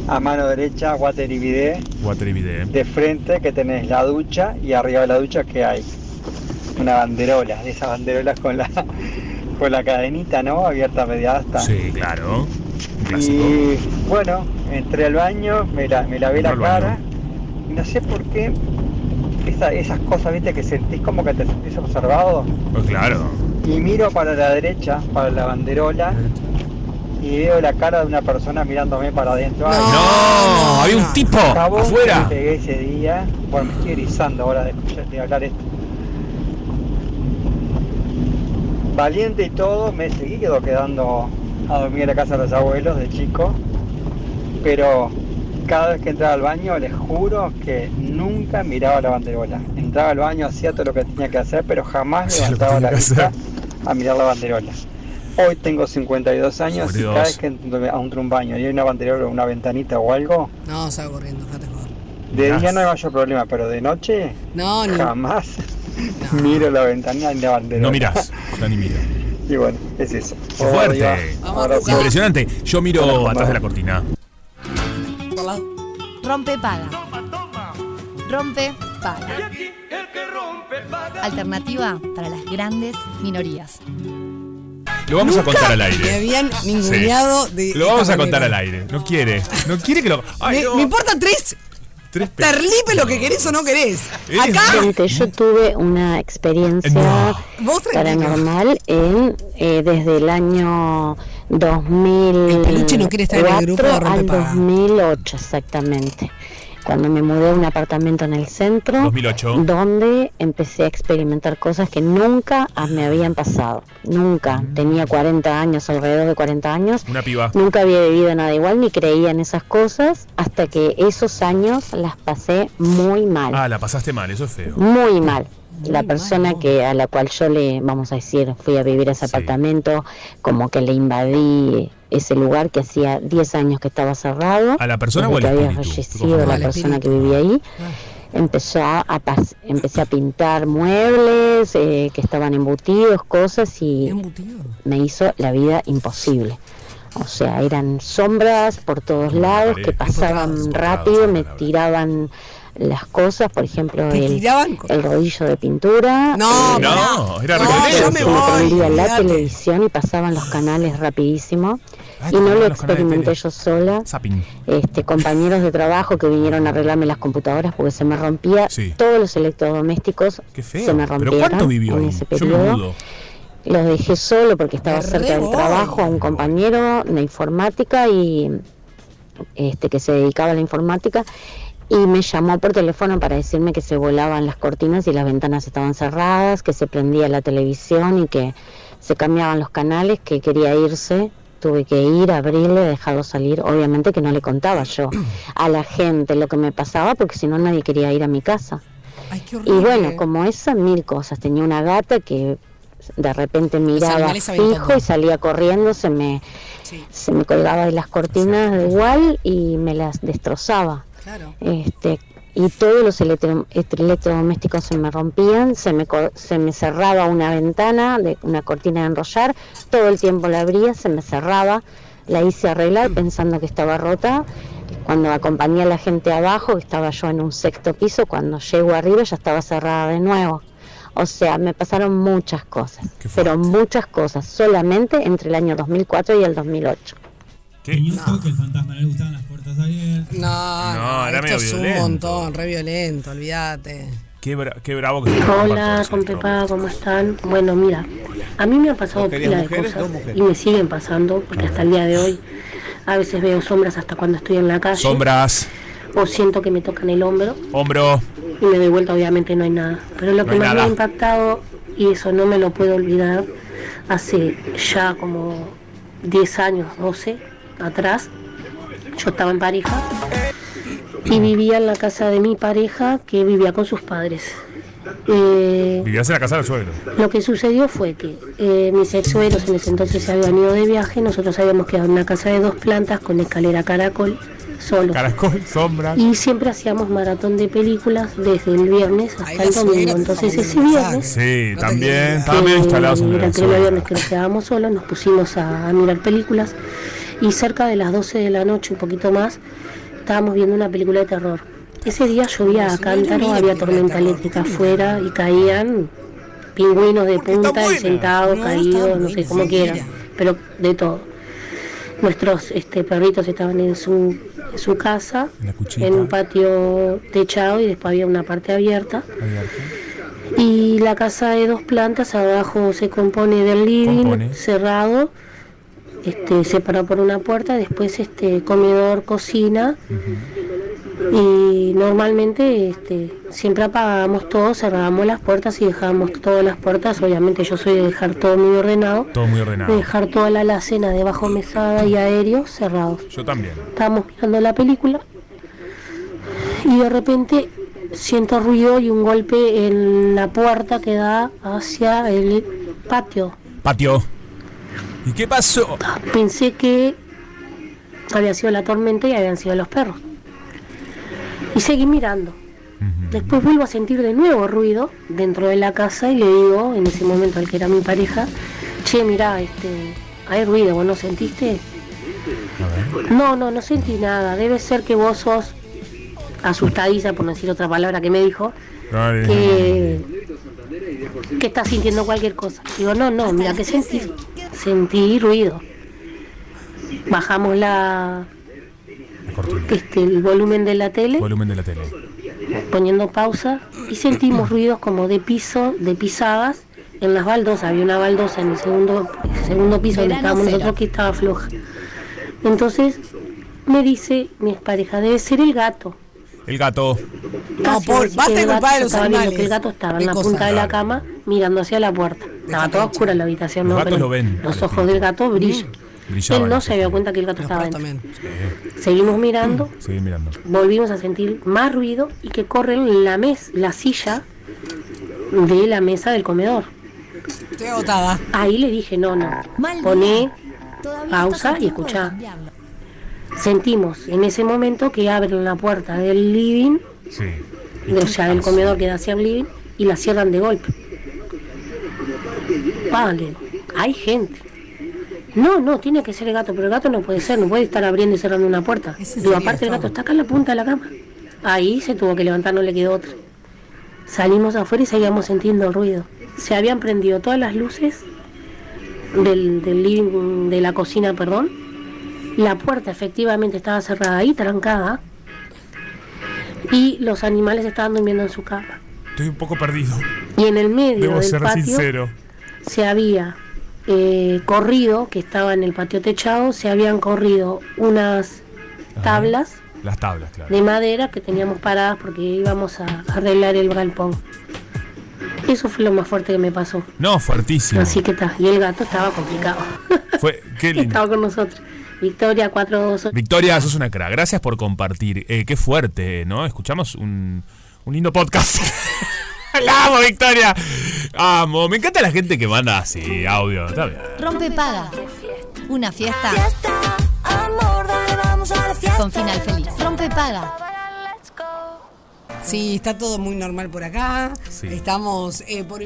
A mano derecha, water y bidet.
Water y bidet, ¿eh?
De frente que tenés la ducha y arriba de la ducha que hay una banderola, de esas banderolas con la con la cadenita, ¿no? Abierta a media asta.
Sí, claro. Un clásico.
y bueno, entré al baño, me, la, me lavé
Entró
la
al baño.
cara y no sé por qué esa- esas cosas, viste, que sentís como que te sentís observado
Pues claro.
y miro para la derecha, para la banderola y veo la cara de una persona mirándome para adentro. Ay,
No, había un tipo
Cabo,
afuera.
que Pegué ese día. Bueno, me estoy erizando ahora de, escuchar- de hablar esto. Valiente y todo, me he seguido quedando a dormir en la casa de los abuelos de chico. Pero cada vez que entraba al baño, les juro que nunca miraba la banderola. Entraba al baño, hacía todo lo que tenía que hacer, pero jamás
Hacía lo que
levantaba
tenía
la
que
vista
hacer.
a mirar la banderola. Hoy tengo 52 años y
52.
cada vez que entro a un baño y hay una banderola o una ventanita o algo,
No, salgo corriendo, date joder.
de
Mirás.
día no hay mayor problema, pero de noche
No, ni.
jamás miro la ventana ni la bandera.
No mirás, Dani mira.
Y bueno, es eso.
Qué fuerte.
Vamos a buscar.
Impresionante. Yo miro atrás de la cortina.
Por la-
Rompe paga. Rompe paga. Alternativa para las grandes minorías.
Lo vamos a contar al
Me
aire.
habían ninguneado de.
Lo vamos
esta
a contar al
manera.
aire. No quiere. No quiere que lo. Ay,
Me,
no.
me importa tres
Tres pe-
terlipe lo que querés o no querés.
Eres
Acá,
una-
Yo tuve una experiencia
No.
vos tranquilo.
paranormal en, eh, desde el año
El
2000
peluche no quiere estar en el grupo de
al
rompepaga.
2008 exactamente, cuando me mudé a un apartamento en el centro,
2008.
donde empecé a experimentar cosas que nunca a- me habían pasado, nunca,
Mm.
tenía 40 años, alrededor de 40 años,
Una
Ah.
piba.
nunca había vivido nada igual ni creía en esas cosas, hasta que esos años las pasé muy mal
Ah, la pasaste mal, eso es feo.
muy mal. La
mal,
persona
no.
que a la cual yo le, vamos a decir, fui a vivir a ese
Sí.
apartamento, como que le invadí ese lugar que hacía 10 años que estaba cerrado.
¿A la persona
desde
o al
que había
espíritu?
fallecido
Ah,
la
al
persona que
espíritu.
vivía ahí.
Ah.
Empezó a pas- empecé a pintar muebles eh, que estaban embutidos, cosas, y
Embutido.
me hizo la vida imposible. O sea, eran sombras por todos lados que pasaban rápido, me tiraban las cosas, por ejemplo,
¿Te
el,
tiraban
el rodillo de pintura.
No,
eh,
No, era
no,
rebelde.
se prendía la televisión y pasaban los canales rapidísimo.
Ah,
y no
también
lo
los canales de
experimenté
tele.
yo sola.
Zapping.
Este, compañeros de trabajo que vinieron a arreglarme las computadoras porque se me rompía todos los electrodomésticos.
Qué feo.
Se me
¿Pero
rompieron
cuánto vivió
en
ahí? Yo
ese
me
periodo.
mudo.
Los dejé solo porque estaba
Me
cerca del
revoy.
trabajo a un compañero de informática y este que se dedicaba a la informática y me llamó por teléfono para decirme que se volaban las cortinas y las ventanas estaban cerradas, que se prendía la televisión y que se cambiaban los canales, que quería irse. Tuve que ir, abrirle, dejarlo salir. Obviamente que no le contaba yo a la gente lo que me pasaba porque si no nadie quería ir a mi casa. Y bueno, como esas mil cosas. Tenía una gata que de repente miraba
animales aventan,
fijo y salía corriendo, se me, se me colgaba de las cortinas de igual y me las destrozaba.
Claro.
Este, y todos los electro- este, electrodomésticos se me rompían, se me, co- se me cerraba una ventana, de una cortina de enrollar, todo el tiempo la abría, se me cerraba, la hice
Mm.
arreglar pensando que estaba rota. Cuando acompañé a la gente abajo, estaba yo en un sexto piso, cuando llego arriba ya estaba cerrada de nuevo. O sea, me pasaron muchas cosas, pero muchas cosas, solamente entre el año 2004 y el 2008.
que el fantasma le gustaban las puertas abiertas.
No,
No, era
esto
medio
es un
violento.
montón, re violento, olvídate.
Qué, bra- qué bravo que se
Hola, Rompepaga, ¿cómo están? Bueno, mira, a mí me han pasado
¿Vos querías
pila de
mujeres
cosas
o mujeres?
y me siguen pasando, porque hasta el día de hoy a veces veo sombras hasta cuando estoy en la calle,
Sombras,
o siento que me tocan el hombro
hombro.
y me doy vuelta, obviamente no hay nada. Pero lo
No
que
hay
más me
nada.
ha impactado, y eso no me lo puedo olvidar, hace ya como 10 años, 12 atrás, yo estaba en pareja y vivía en la casa de mi pareja que vivía con sus padres. Eh,
Vivías en la casa del suegro.
lo que sucedió fue que eh, mis exueros en ese entonces se habían ido de viaje, nosotros habíamos quedado en una casa de dos plantas con escalera caracol, solos.
Caracol, sombra.
Y siempre hacíamos maratón de películas desde el viernes hasta el domingo. Entonces ese viernes,
Sí, también. Estaba medio instalado
eh,
sobre
era
la
el primer
suegra.
viernes que nos quedábamos solos, nos pusimos a, a mirar películas y cerca de las 12 de la noche, un poquito más, estábamos viendo una película de terror. Ese día llovía a cántaro, había tormenta eléctrica afuera y caían pingüinos de punta, y sentados, caídos, no sé, como quieran, pero de todo. Nuestros este, perritos estaban en su, en su casa, en un patio techado y después había una parte abierta. Y la casa de dos plantas abajo se compone del living
Compone.
cerrado, este, separado por una puerta, después este comedor, cocina y normalmente este, siempre apagábamos todo, cerrábamos las puertas y dejábamos todas las puertas. Obviamente yo soy de dejar todo muy ordenado,
Todo muy
de
ordenado.
dejar toda la alacena debajo mesada y aéreos cerrados
Yo también.
estábamos mirando la película y de repente siento ruido y un golpe en la puerta que da hacia el patio.
Patio. ¿Y qué pasó?
Pensé que había sido la tormenta y habían sido los perros. Y seguí mirando. Después vuelvo a sentir de nuevo ruido dentro de la casa y le digo en ese momento al que era mi pareja, che, mirá, este, hay ruido, ¿vos no sentiste? No, no, no sentí nada. Debe ser que vos sos asustadiza, por no decir otra palabra que me dijo, que, que estás sintiendo cualquier cosa. Digo, no, no, mira, que sentí, sentí ruido. Bajamos la, este, el volumen de la tele,
Volumen de la tele.
poniendo pausa, y sentimos ruidos como de piso, de pisadas en las baldosas. Había una baldosa en el segundo, segundo piso
Verano
donde estábamos
cero.
nosotros que estaba floja. Entonces me dice mi pareja, debe ser el gato.
El gato.
Casi
Ah, por-
decir
basta
que
de
el gato
culpar a los
estaba viendo
animales.
que el gato estaba
Qué
en la
cosa.
punta de la
Claro.
cama mirando hacia la puerta. Estaba toda oscura la habitación,
Los
¿no?
gatos
Pero
lo ven,
los ojos del gato brillan.
Brillaba.
Él no se dio cuenta que el gato estaba dentro. Seguimos mirando,
Seguí mirando.
volvimos a sentir más ruido y que corren la mes, la silla de la mesa del comedor.
Estoy agotada.
Ahí le dije, no, no, poné pausa y escuchá. Sentimos en ese momento que abren la puerta del living
Sí.
o sea, el comedor que da hacia el living y la cierran de golpe. Vale, hay gente. No, no, tiene que ser el gato, pero el gato no puede ser, no puede estar abriendo y cerrando una puerta. Digo,
serio,
aparte
Gastón?
el gato está acá en la punta de la cama. Ahí se tuvo que levantar, no le quedó otra. Salimos afuera y seguíamos sintiendo el ruido. Se habían prendido todas las luces del, del living, de la cocina, perdón. La puerta efectivamente estaba cerrada y trancada. Y los animales estaban durmiendo en su cama.
Estoy un poco perdido.
Y en el medio
Debo
del
ser
patio
sincero.
se había eh, corrido, que estaba en el patio techado, se habían corrido unas tablas
Las tablas, claro.
de madera que teníamos paradas porque íbamos a arreglar el galpón. Eso fue lo más fuerte que me pasó.
No, fuertísimo.
Así que está. Y el gato estaba complicado.
Fue, qué lindo.
Estaba con nosotros. Victoria 428.
Victoria, sos una cra. Gracias por compartir. Eh, qué fuerte, ¿no? Escuchamos un, un lindo podcast. ¡La amo, Victoria! Amo. Me encanta la gente que manda así, audio. Está bien.
Rompe paga. Una fiesta. Con final feliz. Rompe paga.
Sí, está todo muy normal por acá.
Sí.
Estamos eh, por.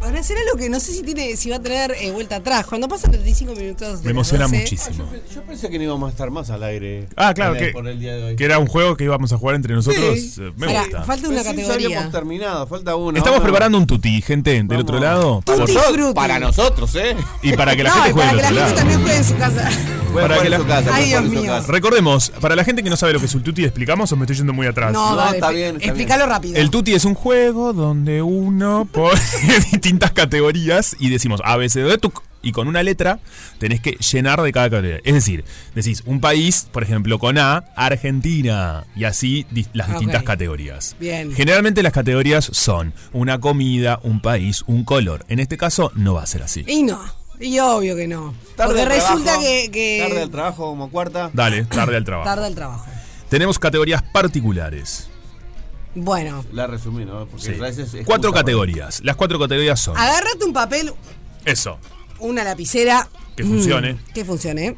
Ahora será lo que no sé si tiene, si va a tener eh, vuelta atrás. Cuando pasan 35 minutos. de
Me emociona
las 12,
muchísimo.
Yo pensé que no íbamos a estar más al aire.
Ah, claro,
por el-
que,
por el día de hoy.
que era un juego que íbamos a jugar entre nosotros.
Sí.
Eh, Me
Pará,
gusta.
Falta una
Pensé que ya
categoría.
habíamos terminado, falta una.
Estamos
Vamos.
preparando un tuti, gente, del otro lado.
Para
Por-
nosotros- Para nosotros, ¿eh?
Y para que la
No,
gente
y
juegue
para
del
que la
otro lado.
gente también juegue en su casa.
Para que la-
Ay, Dios mío.
Recordemos, para la gente que no sabe lo que es un tuti, ¿explicamos o me estoy yendo muy atrás?
No, dale, pe- Explícalo rápido.
El tuti es un juego donde uno pone distintas categorías y decimos A, B, C, D, tuc, y con una letra tenés que llenar de cada categoría. Es decir, decís un país, por ejemplo, con A, Argentina, y así di- las distintas
Ok.
categorías.
Bien.
Generalmente las categorías son una comida, un país, un color. En este caso no va a ser así.
Y no. Y obvio que no.
Tarde
Porque
al
resulta
trabajo,
que. que-
Tarde al trabajo como cuarta.
Dale, tarde al trabajo.
Tarde al trabajo.
Tenemos categorías particulares.
Bueno.
La resumí, ¿no? Porque
Sí.
a veces es
Cuatro
justa,
categorías. Las cuatro categorías son
Agárrate un papel,
eso.
una lapicera.
Que funcione.
Mm, Que funcione.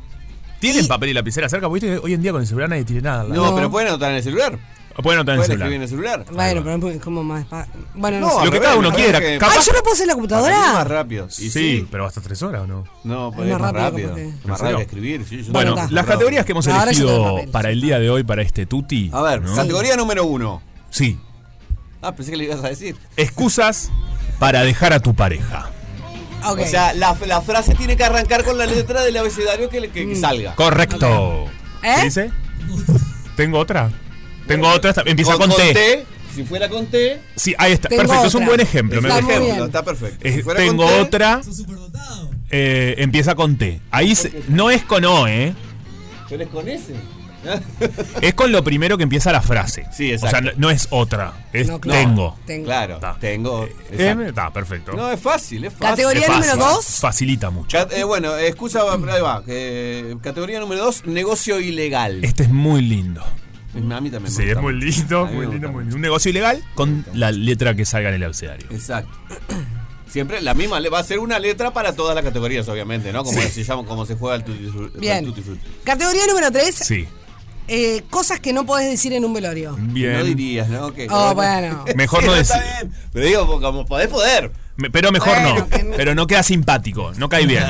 ¿Tienen papel y lapicera cerca? Porque viste que hoy en día con el celular nadie tiene nada.
No, No. pero pueden anotar en el celular.
Pueden anotar en
Pueden
el celular.
escribir en el celular.
Bueno, pero es como más. pa- Bueno, no,
No,
sé.
Lo que cada uno quiera.
que-
capaz-
Ay, yo no puedo hacer la
Para mí
computadora.
más rápido. Y
sí,
sí.
pero hasta tres horas o no.
No,
Es
pues
más
más rápido.
rápido, capaz que-
Más
¿En
rápido
serio?
escribir. sí, yo
Bueno,
no-
las categorías que hemos
Ahora yo tengo
elegido
papel.
para el día de hoy, para este tuti.
A ver,
¿no?
categoría número uno.
Sí.
Ah, pensé que le ibas a decir.
Excusas para dejar a tu pareja.
O sea, la, la frase tiene que arrancar con la letra del abecedario que, le- que-
Mm.
que salga.
Correcto.
¿Eh?
¿Eh?
¿Qué dice? Tengo otra. Tengo otra. esta- Empieza con, T.
Si fuera con T.
Sí, ahí está. perfecto, es un buen ejemplo. me
Está,
parece.
ejemplo, está perfecto.
Eh,
Si fuera
tengo
con T,
otra. eh, empieza con T. Ahí se- no es con O, ¿eh?
Pero es con S.
Es con lo primero que empieza la frase. Sí, exacto. O sea, no, no es otra. Es
No, claro.
tengo.
Tengo. Claro, tengo.
Eh, Está, perfecto.
No, es fácil, es fácil.
Es fácil. Facilita mucho.
Cat- eh, bueno, excusa, ahí va. eh, categoría número 2, negocio ilegal.
Este es muy lindo.
A mí también.
Sí, es muy lindo, muy lindo, muy lindo. Un negocio ilegal con la letra que salga en el abecedario.
Exacto. Siempre la misma, le- va a ser una letra para todas las categorías, obviamente, ¿no? Como, se, llama, como se juega el tutti frutti.
Bien.
el tutti frutti.
Categoría número 3.
Sí.
Eh, cosas que no podés decir en un velorio.
Bien.
No dirías, ¿no? Ok.
Oh, bueno.
Mejor no
está
decir-
bien. Pero digo, como podés poder.
Me- pero mejor no. Pero no queda simpático. No cae bien.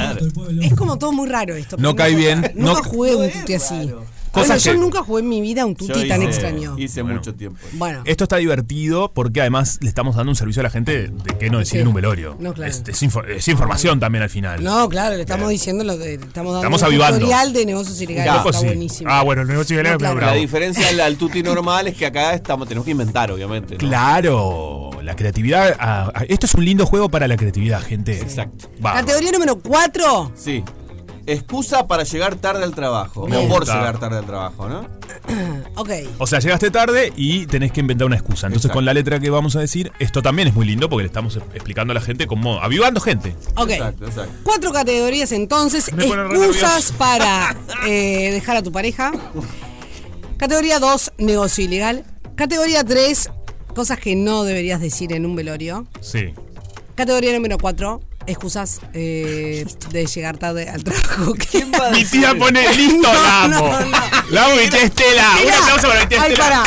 Es como todo muy raro esto.
No
porque
cae bien,
Nunca
no-
jugué un tuti así. Bueno,
Cosas
yo
que-
nunca jugué en mi vida un tuti tan extraño.
Hice mucho tiempo.
Bueno.
Esto está divertido porque además le estamos dando un servicio a la gente de qué no decir en un velorio.
No, claro.
es, es info- es información también al final.
No, claro, le estamos diciendo lo de, estamos dando
Estamos
un
avivando.
tutorial de negocios ilegales.
Un poco
Está
sí.
buenísimo.
Ah, bueno, el negocio ilegal
No,
pero
claro.
bravo.
La diferencia al, al tutti normal es que acá estamos, tenemos que inventar, obviamente. ¿no?
Claro, la creatividad. ah, ah, esto es un lindo juego para la creatividad, gente. Exacto.
Categoría número 4.
Sí. Excusa para llegar tarde al trabajo.
Me
o por
gusta.
llegar tarde al trabajo, ¿no?
Ok.
O sea, llegaste tarde y tenés que inventar una excusa. Entonces, con la letra que vamos a decir, esto también es muy lindo porque le estamos e- explicando a la gente como avivando gente.
Ok.
Exacto, exacto.
Cuatro categorías entonces.
Me pone re
Excusas
nervioso.
para eh, dejar a tu pareja. Categoría 2, negocio ilegal. Categoría 3, cosas que no deberías decir en un velorio.
Sí.
Categoría número 4, excusas eh, de llegar tarde al trabajo.
Mi tía pone listo, la amo. La amo, Vitestela. Un aplauso para Vitestela.
Ay, para.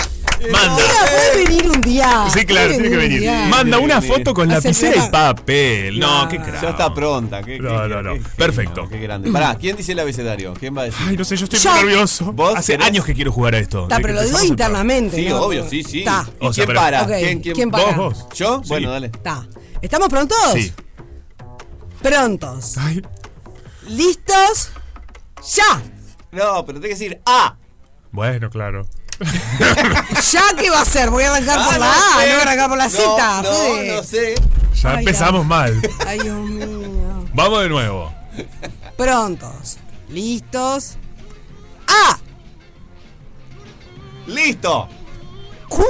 Manda.
Ahora puede venir un día.
Sí, claro,
Puede
tiene que venir.
un día.
Manda una foto con
Hace
lapicera y
programa.
papel. No, qué crack.
Ya está pronta.
No, no, no. Perfecto.
Qué grande. Pará, ¿quién dice el abecedario? ¿Quién va a decir?
Ay, no sé, yo estoy
Yo.
muy nervioso.
¿Vos
Hace
querés?
años que quiero jugar a esto.
Está,
Desde que
pero lo digo
empezamos el programa.
internamente.
Sí,
¿no?
obvio, sí, sí.
Está.
¿Y
O sea,
quién
pero-
para?
Ok,
¿Quién, quién,
¿quién para?
Vos, vos.
¿Yo?
Sí.
Bueno, dale.
Está. ¿Estamos prontos?
Sí.
Prontos. ¿Listos? ¡Ya!
No, pero tenés que decir A.
Bueno, claro.
¿Ya qué va a ser? Voy a arrancar por
Ah,
la A,
sé.
no voy a arrancar por la Z.
No,
Fede.
no, no sé.
Ya
Ay,
empezamos mal.
Ay, Dios mío.
Vamos de nuevo.
Prontos. ¿Listos? ¡Ah! ¡A!
¡Listo!
¡Q!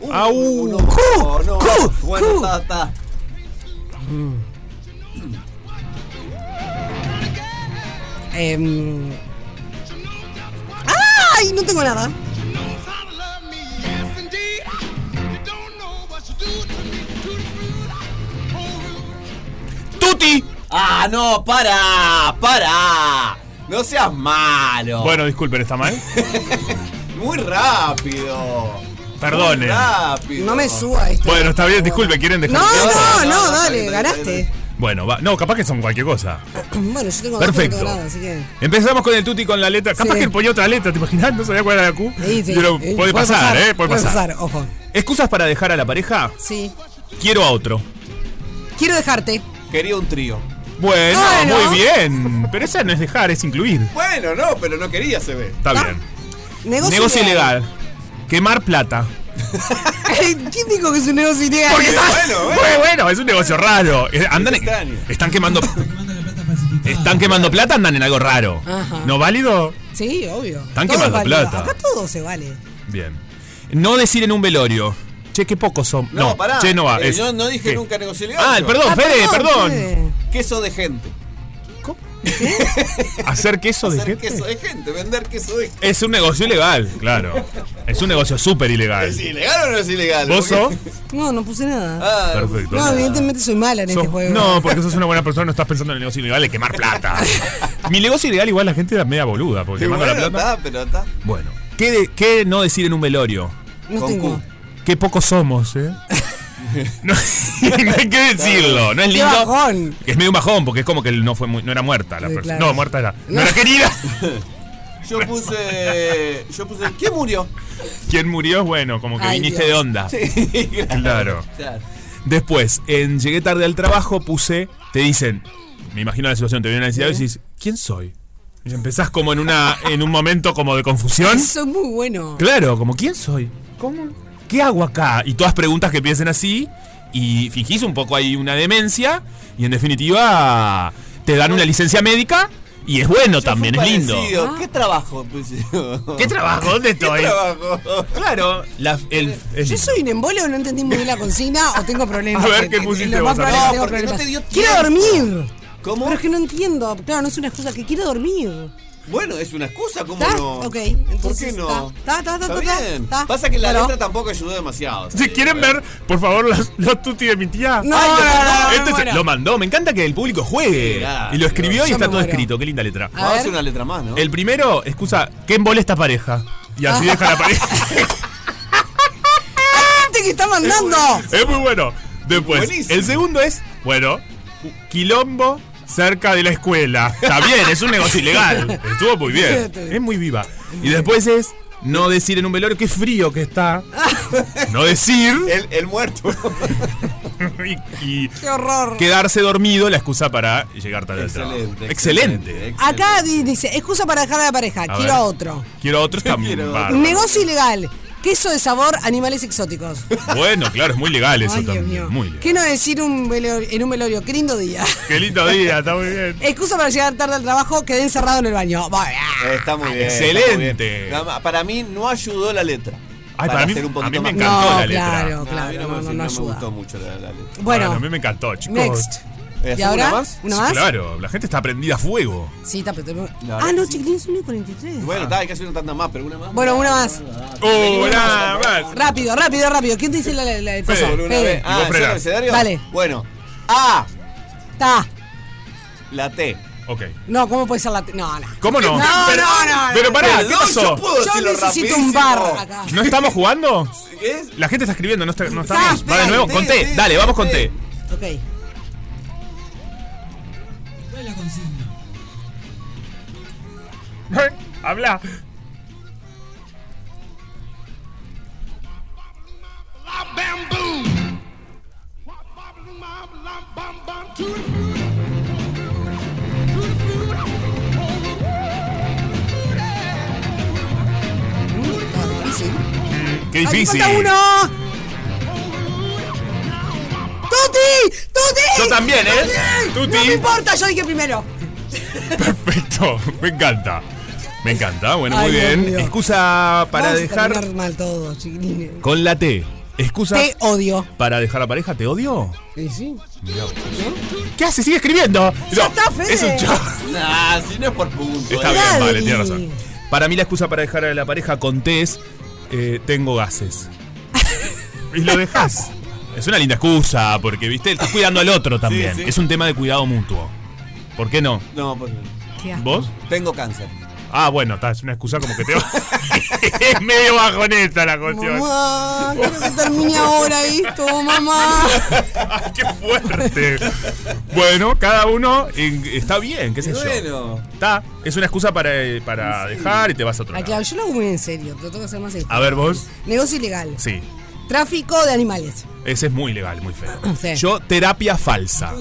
Uh,
Au.
no,
Cu,
no,
cu,
Bueno,
cu.
está, está.
Em. ¡Ay! No tengo nada.
¡Tuti!
¡Ah, no! ¡Para! ¡Para! ¡No seas malo!
Bueno, disculpen, ¿está mal?
Muy rápido. Muy
Perdonen.
rápido.
No me suba esto.
Bueno, está bien, disculpen, ¿quieren
No,
dejar
¡Ah, no, no,
no, está
dale,
bien, está bien,
ganaste.
Bueno, va. No, capaz que son cualquier cosa.
Bueno, yo tengo, no
Perfecto.
tengo nada, así que.
Empezamos con el tuti con la letra. Capaz
Sí.
que él ponía otra letra, ¿te imaginas? No sabía cuál era la Q.
Sí, sí.
Pero
Eh,
puede pasar, ¿eh? Puede pasar.
ojo.
Excusas para dejar a la pareja.
Sí.
Quiero a otro.
Quiero dejarte.
Quería un trío.
Bueno,
Bueno.
muy bien. Pero esa no es dejar, es incluir.
Bueno, no, pero no quería, se ve.
Está
Ah,
bien.
Negocio,
Negocio ilegal. Quemar plata.
¿Quién dijo que es un negocio ilegal?
Porque está-
bueno, bueno.
Muy bueno, ¿eh? es un negocio raro. Eh, Andan,
Es extraño.
están quemando. Están quemando plata, andan en algo raro.
Ajá.
¿No válido?
Sí, obvio.
Están
Todo
quemando
es válido.
plata.
Acá todo se vale.
Bien. No decir en un velorio. Che, qué pocos son. No,
pará.
Che, no va.
Eh,
es-
yo no dije
¿qué?
nunca negocio legal.
Ah,
yo.
perdón,
Ah,
Fede, perdón.
Fede.
Queso de gente.
Hacer queso de
Hacer
gente.
queso de gente, vender queso de gente.
Es un negocio ilegal, claro. Es un negocio súper ilegal.
¿Es ilegal o no es ilegal?
¿Vos sos?
Porque-
No, no puse nada.
Ah,
Perfecto.
No, evidentemente soy mala en
Sos-
este juego.
no, porque sos una buena persona, no estás pensando en el negocio ilegal de quemar plata. Mi negocio ilegal igual la gente era media boluda, porque
y
quemando
bueno,
la plata.
está, pero está.
Bueno, ¿qué, de- qué no decir en un velorio?
No
Con
tengo.
Q.
Qué pocos somos, ¿eh? No, no hay que decirlo, no es
Qué
lindo.
bajón.
Es medio un bajón, porque es como que no fue muy- no era muerta la
Sí,
persona.
claro.
No, muerta era. No, era querida.
Yo puse. Yo puse. ¿Quién murió?
Quien murió, bueno, como que
Ay,
viniste
Dios.
de onda. Claro.
Claro.
Después, en llegué tarde al trabajo, puse, te dicen, me imagino la situación, te vienen a decir algo y decís, ¿quién soy? Y empezás como en una, en un momento como de confusión.
Soy muy bueno.
Claro, como ¿quién soy? ¿Cómo? ¿Qué hago acá? Y todas preguntas que piensen así y fingís un poco ahí una demencia y en definitiva te dan una licencia médica y es bueno
Yo
también, es
fui
lindo.
parecido. ¿Qué trabajo puse yo?
Ah. ¿Qué trabajo? ¿Dónde
¿Qué
estoy?
trabajo?
Claro, la- el- el-
Yo soy un embole o no entendí muy bien la consigna o tengo problemas.
A ver,
Es-
¿qué
es- es
pusiste
lo más
vos, amigo?
probable que
No,
tengo
porque no
problemas.
te dio
Quiero dormir.
¿Cómo?
Pero es que no entiendo. Claro, no es una excusa que quiero dormir.
Bueno, es una excusa, ¿cómo
¿Está?
no?
Ok,
¿Por
entonces
qué no?
está. Está, está, está, está,
bien.
está.
Pasa que la
Claro.
letra tampoco ayudó demasiado.
Si quieren ver, por favor, los, los tutti de mi tía.
No, no, no, no,
Este
me
se-
muero.
lo mandó. Me encanta que el público juegue.
Mirá,
y lo escribió
Dios.
y
Yo
está
me
todo
muero.
escrito. Qué linda letra.
A
Vamos a
ver.
hacer una letra más, ¿no?
El primero, excusa, ¿qué embola esta pareja? Y así
Ah.
deja la pareja.
¡Gente que está mandando!
es muy bueno. Después,
Buenísimo.
el segundo es, bueno, quilombo cerca de la escuela. Está bien, es un negocio ilegal. Estuvo muy bien. Es muy viva. Y después es, no decir en un velorio qué frío que está. No decir.
El, el muerto.
y- y
¡Qué horror!
quedarse dormido la excusa para llegar tarde al trabajo.
Excelente,
Excelente.
excelente.
Acá di- dice, excusa para dejar a la pareja,
A
quiero
ver.
a otro.
Quiero otro está
Quiero
bárbaro.
Negocio ilegal, queso de sabor, animales exóticos.
Bueno, claro, es muy legal eso
Ay, Dios
también.
mío.
Muy legal.
¿Qué no decir un velorio- en un velorio? Qué lindo día.
Qué lindo día, está muy bien.
Excusa para llegar tarde al trabajo, quedé encerrado en el baño. ah. Vaya.
Está muy bien.
Ah, Excelente.
está muy bien. Nada más, Para mí no ayudó la letra.
Ay, para mí-
hacer un
a mí
poquito
me
más- Ah.
encantó
No,
la letra.
claro,
No, a mí no,
claro, no,
me-
no,
no
no
me gustó
ayuda.
mucho la, la letra.
Bueno, a
Bueno,
mí me encantó, chicos.
next.
Eh,
¿Y
¿hacemos
ahora?
una más?
¿Una
Sí,
más?
Claro, la gente está prendida a fuego.
Sí, está, pero tenemos-
La
Ah,
verdad
no,
que sí.
chiquilín, son y 43.
Bueno, está, hay que hacer una tanda más, pero una más.
Bueno, una más.
¡Oh, nada más!
Rápido, rápido, rápido. ¿Quién te dice la, la, la cosa?
Por una
Fede.
vez. Ah, ¿yo el
frenás.
Ah.
abecedario?
Dale.
Bueno, A,
Está.
la T.
Ok.
No, ¿cómo puede ser la.? te- No, no.
¿Cómo no?
No,
Pero-
no, no, no.
pero pará, ¿qué
Perdón,
pasó?
Yo, puedo
Yo
decirlo necesito
rapidísimo.
un bar acá.
¿No estamos jugando?
¿Qué es?
La gente está escribiendo, no, está- no estamos. Va de nuevo,
T,
con
T,
T. Dale,
T,
vamos con
T.
T.
Ok.
¿Cuál es la consigna?
Habla. Qué
Ay,
difícil.
¡Falta uno! ¡Tuti! ¡Tuti!
Yo también, ¿eh?
¡Tuti! No me importa, yo dije primero.
Perfecto, me encanta. Me encanta, bueno,
Ay,
muy
Dios
bien.
mío.
Excusa para
Vamos a
dejar.
terminar mal todo, chiquilines.
Con la T. Excusa
Te odio.
para dejar la pareja, ¿te odio?
¿Y sí?
Mirá vos. ¿Qué hace? Sigue escribiendo.
Ya
No,
está, Fede.
Es un chavo.
Nah, Ah, si no es por punto.
Está
eh.
bien, vale, tiene razón. Para mí la excusa para dejar a la pareja con T es eh, tengo gases. Y lo dejas. Es una linda excusa, porque, viste, estás cuidando al otro también.
sí.
Es un tema de cuidado mutuo. ¿Por qué no?
No, por
¿Vos?
Tengo cáncer.
Ah, bueno, está, es una excusa como que te va. es medio bajoneta la cuestión.
Mamá, quiero que termine ahora esto, mamá.
Fuerte. Bueno, cada uno en- está bien, qué sé yo. Está, es una excusa para, eh, para dejar y te vas a otro
Ay,
lado.
claro, yo lo hago muy en serio, lo tengo que hacer más serio.
A ver, vos.
Negocio ilegal.
Sí,
Tráfico de animales.
ese es muy legal, muy feo.
Sí.
Yo, terapia falsa.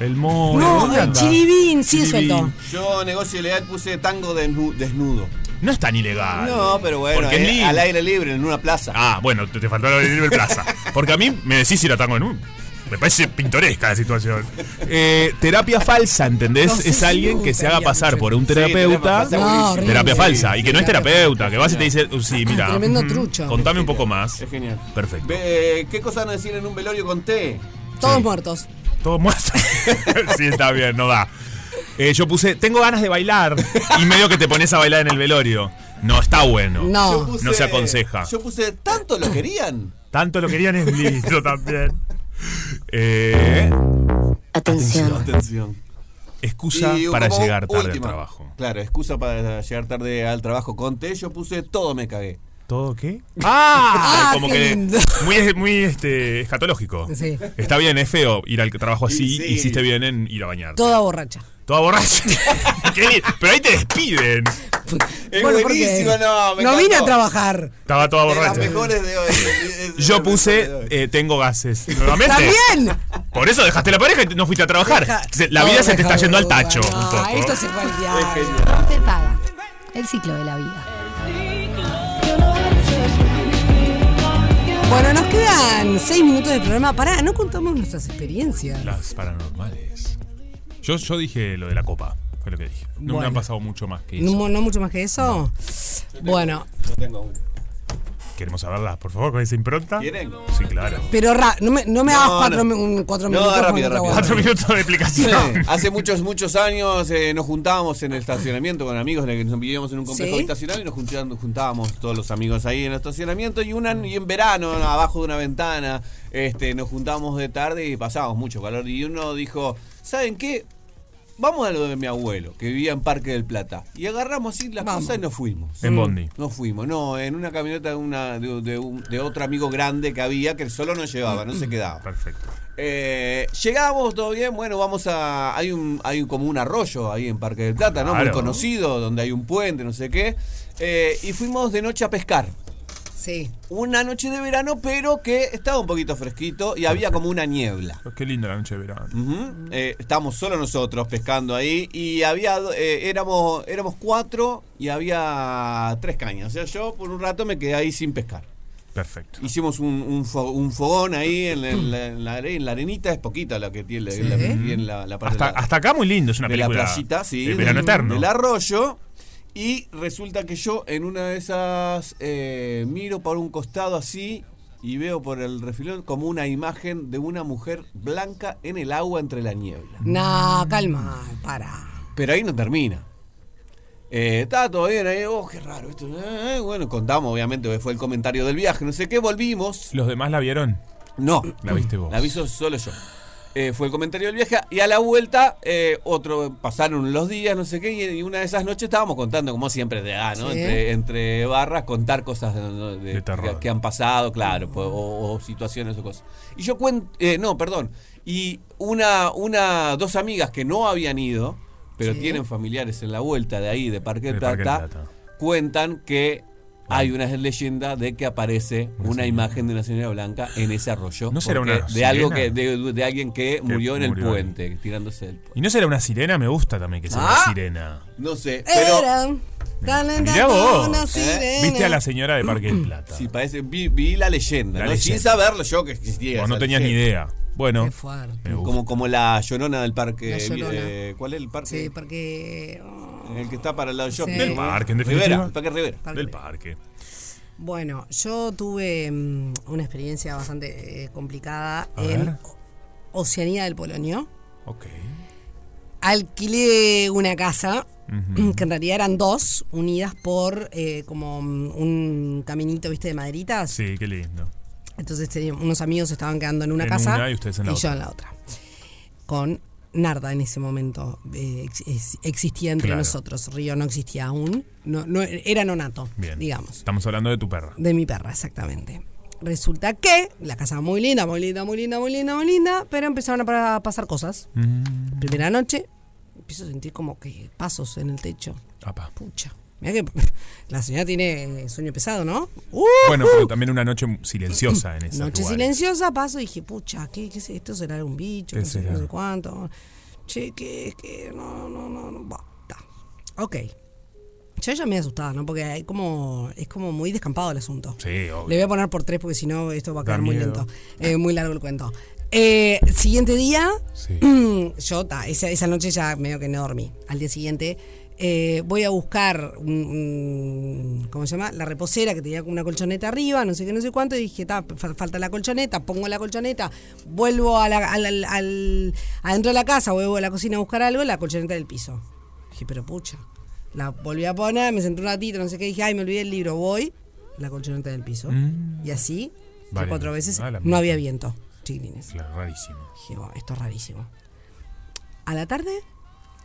El mono.
No,
¿dónde
el
anda?
chiribín, sí,
Chiribín.
suelto.
Yo, negocio ilegal, puse tango desnu- desnudo.
No es tan ilegal.
No, pero bueno,
Porque es
eh,
libre.
al aire libre, en una plaza.
Ah, bueno, te, te faltó la libre plaza. Porque a mí me decís ir a tango en un. Me parece pintoresca la situación. Eh, terapia falsa, ¿entendés?
No sé
es
si
alguien
me
que se haga
gustaría
pasar por un
Sí, terapia
terapeuta.
falsa, No, buenísimo.
terapia
horrible.
falsa. Y que no es
Terapia
terapeuta, que vas y te dice, "Uh, sí, mira.
Tremendo
ujú,
trucho.
Contame un poco más.
Es genial.
Perfecto.
Ve, eh, ¿Qué cosa van a decir en un velorio con té?
Todos muertos.
Todo muerto. sí, está bien, no da. Eh, yo puse, tengo ganas de bailar. Y medio que te pones a bailar en el velorio. No, está bueno.
No.
Yo puse-
no se aconseja.
Yo puse, ¿tanto lo querían?
Tanto lo querían es listo también. Eh,
Atención.
Excusa
Y
para
como
llegar tarde
última.
al trabajo.
Claro, excusa para llegar tarde al trabajo con té. Yo puse, todo me cagué.
¿Todo qué? ¡Ah! como
qué
que
lindo.
muy, muy este, escatológico.
Sí.
Está bien, es feo ir al trabajo así.
Y sí.
Hiciste bien en ir a bañar.
Toda borracha.
Toda borracha. Qué li- Pero ahí te despiden.
Es
Bueno, porque
buenísimo, no. Me
no
encantó.
vine a trabajar.
Estaba toda
De las
borracha.
mejores de hoy.
Yo puse, eh, tengo gases. Nuevamente.
¡También!
Por eso dejaste la pareja y no fuiste a trabajar.
Deja-
Se- La
No,
vida se te
deja
está yendo al
boluda,
tacho.
no,
un poco.
Ah, esto se fue al diablo.
Rompe paga. El ciclo de la vida.
Bueno, nos quedan seis minutos de programa. Pará, no contamos nuestras experiencias.
Las paranormales. Yo, yo dije lo de la copa. Fue lo que dije. No me
Bueno.
han pasado mucho más que eso.
No, no mucho más que eso. Bueno,
Queremos saberlas, por favor, con esa impronta.
¿Quieren?
Sí, claro.
pero ra- no me, no me hagas
No,
cuatro,
no.
mi- un- cuatro
No,
minutos.
rápido,
con otra
rápido.
voz.
Cuatro minutos de explicación.
Hace muchos, muchos años eh, nos juntábamos en el estacionamiento con amigos, en el que nos vivíamos en un complejo
Sí.
habitacional y nos juntábamos, juntábamos todos los amigos ahí en el estacionamiento y, una, y en verano, abajo de una ventana, este, nos juntábamos de tarde y pasábamos mucho calor. Y uno dijo, ¿saben qué? Vamos a lo de mi abuelo, que vivía en Parque del Plata. Y agarramos así las cosas y nos fuimos.
En Bondi.
Nos fuimos, no, en una camioneta de, una, de, de un- de otro amigo grande que había, que solo nos llevaba, no se quedaba.
Perfecto.
Eh, llegamos, todo bien, bueno, vamos a... Hay un hay un- como un arroyo ahí en Parque del Plata, ¿no? Muy
Claro.
conocido, donde hay un puente, no sé qué. Eh, y fuimos de noche a pescar.
Sí.
Una noche de verano, pero que estaba un poquito fresquito y había como una niebla.
Oh, Qué linda la noche de verano.
Ujú. Eh, estábamos solo nosotros pescando ahí y había eh, éramos éramos cuatro y había tres cañas. O sea, yo por un rato me quedé ahí sin pescar.
Perfecto.
Hicimos un, un fo- un fogón ahí en la, en la- en la are- en la arenita, es poquita la que tiene la- la, tiene la- la parte
Hasta,
de la-
hasta acá muy lindo, es una
de la
película.
playita, sí,
El verano
del-
eterno.
del arroyo. Y resulta que yo en una de esas eh, miro por un costado así y veo por el refilón como una imagen de una mujer blanca en el agua entre la niebla.
No, calma, para.
Pero ahí no termina. Eh, Está todo bien ahí, oh, qué raro esto. eh, eh, bueno, contamos, obviamente, fue el comentario del viaje, no sé qué, volvimos.
¿Los demás la vieron?
No.
La viste vos.
La aviso solo yo. Eh, fue el comentario del viaje. Y a la vuelta, eh, otro, pasaron los días, no sé qué, y, y una de esas noches estábamos contando, como siempre de ah, ¿no?
Sí.
Entre, entre barras, contar cosas de, de- que, que han pasado, claro, po- o, o situaciones o cosas. Y yo cuento, no, perdón. Y una, una, dos amigas que no habían ido, pero
Sí.
tienen familiares en la vuelta de ahí, de Parque del
De Parque del
Plata, cuentan que hay una leyenda de que aparece una, imagen de una señora blanca en ese arroyo.
¿No será
porque
una
de algo que
sirena?
de, de alguien que murió en el
murió ahí.
puente, tirándose del
¿Y no será una sirena? Me gusta también que sea
Ah.
una sirena.
No sé, pero
Era tan linda
Mirá vos.
una
¿Eh?
sirena.
Viste a la señora de Parque del Plata.
Sí, parece, vi, vi la leyenda,
La
¿no?
leyenda.
sin saberlo yo que existía.
Vos no
esa
tenías ni
leyenda.
idea. Bueno,
como, como la llorona del parque.
La Llorona.
eh, ¿Cuál es el parque?
Sí, porque.
El que está para el lado del shopping.
Eh.
Del parque, en definitiva.
Rivera, Parque Rivera.
Parque
Del parque.
Bueno, yo tuve mm, una experiencia bastante eh, complicada
A
en
ver.
O- Oceanía del Polonio.
Ok.
Alquilé una casa,
Ujú.
que en realidad eran dos, unidas por eh, como mm, un caminito, viste, de maderitas.
Sí, qué lindo.
Entonces tenía- unos amigos estaban quedando en una
En
casa
una y ustedes en la otra.
yo en la otra. Con Narda en ese momento eh, ex- es- existía entre
Claro.
nosotros, Río no existía aún, no, no, era nonato,
Bien.
digamos.
Estamos hablando de tu perra.
De mi perra, exactamente. Resulta que la casa muy linda, muy linda, muy linda, muy linda, muy linda, pero empezaron a pa- pasar cosas. Primera noche, empiezo a sentir como que pasos en el techo. Pucha. Mira que la señora tiene sueño pesado, ¿no? ¡Uh!
Bueno, pero también una noche silenciosa en esa.
Noche silenciosa, paso y dije, pucha, ¿qué, qué es esto? ¿Será un bicho?
¿Qué
No sé,
será?
no sé cuánto. Che, ¿qué? ¿Qué? No, no, no, no. Bah, ta. Ok. Yo ya me asustada, ¿no? Porque hay como, es como muy descampado el asunto.
Sí, obvio.
Le voy a poner por tres porque si no esto va a
Da
quedar muy
miedo.
lento. Eh, muy largo el cuento. Eh, siguiente día, yo ta, esa, esa noche ya medio que no dormí. Al día siguiente eh, voy a buscar, un- un- ¿cómo se llama? La reposera que tenía como una colchoneta arriba, no sé qué, no sé cuánto. Y dije, ta, fa- falta la colchoneta, pongo la colchoneta, vuelvo a la- al- al- al- adentro de la casa, vuelvo a la cocina a buscar algo, la colchoneta del piso. Dije, pero pucha. La volví a poner, me senté un ratito, no sé qué, dije, ay, me olvidé el libro, voy, la colchoneta del piso.
Mm.
Y así, tres,
Varias
cuatro
veces.
veces,
Ah, la
no
mierda.
había viento, chiquilines.
Claro, rarísimo.
Dije, "Buah, esto es rarísimo. A la tarde,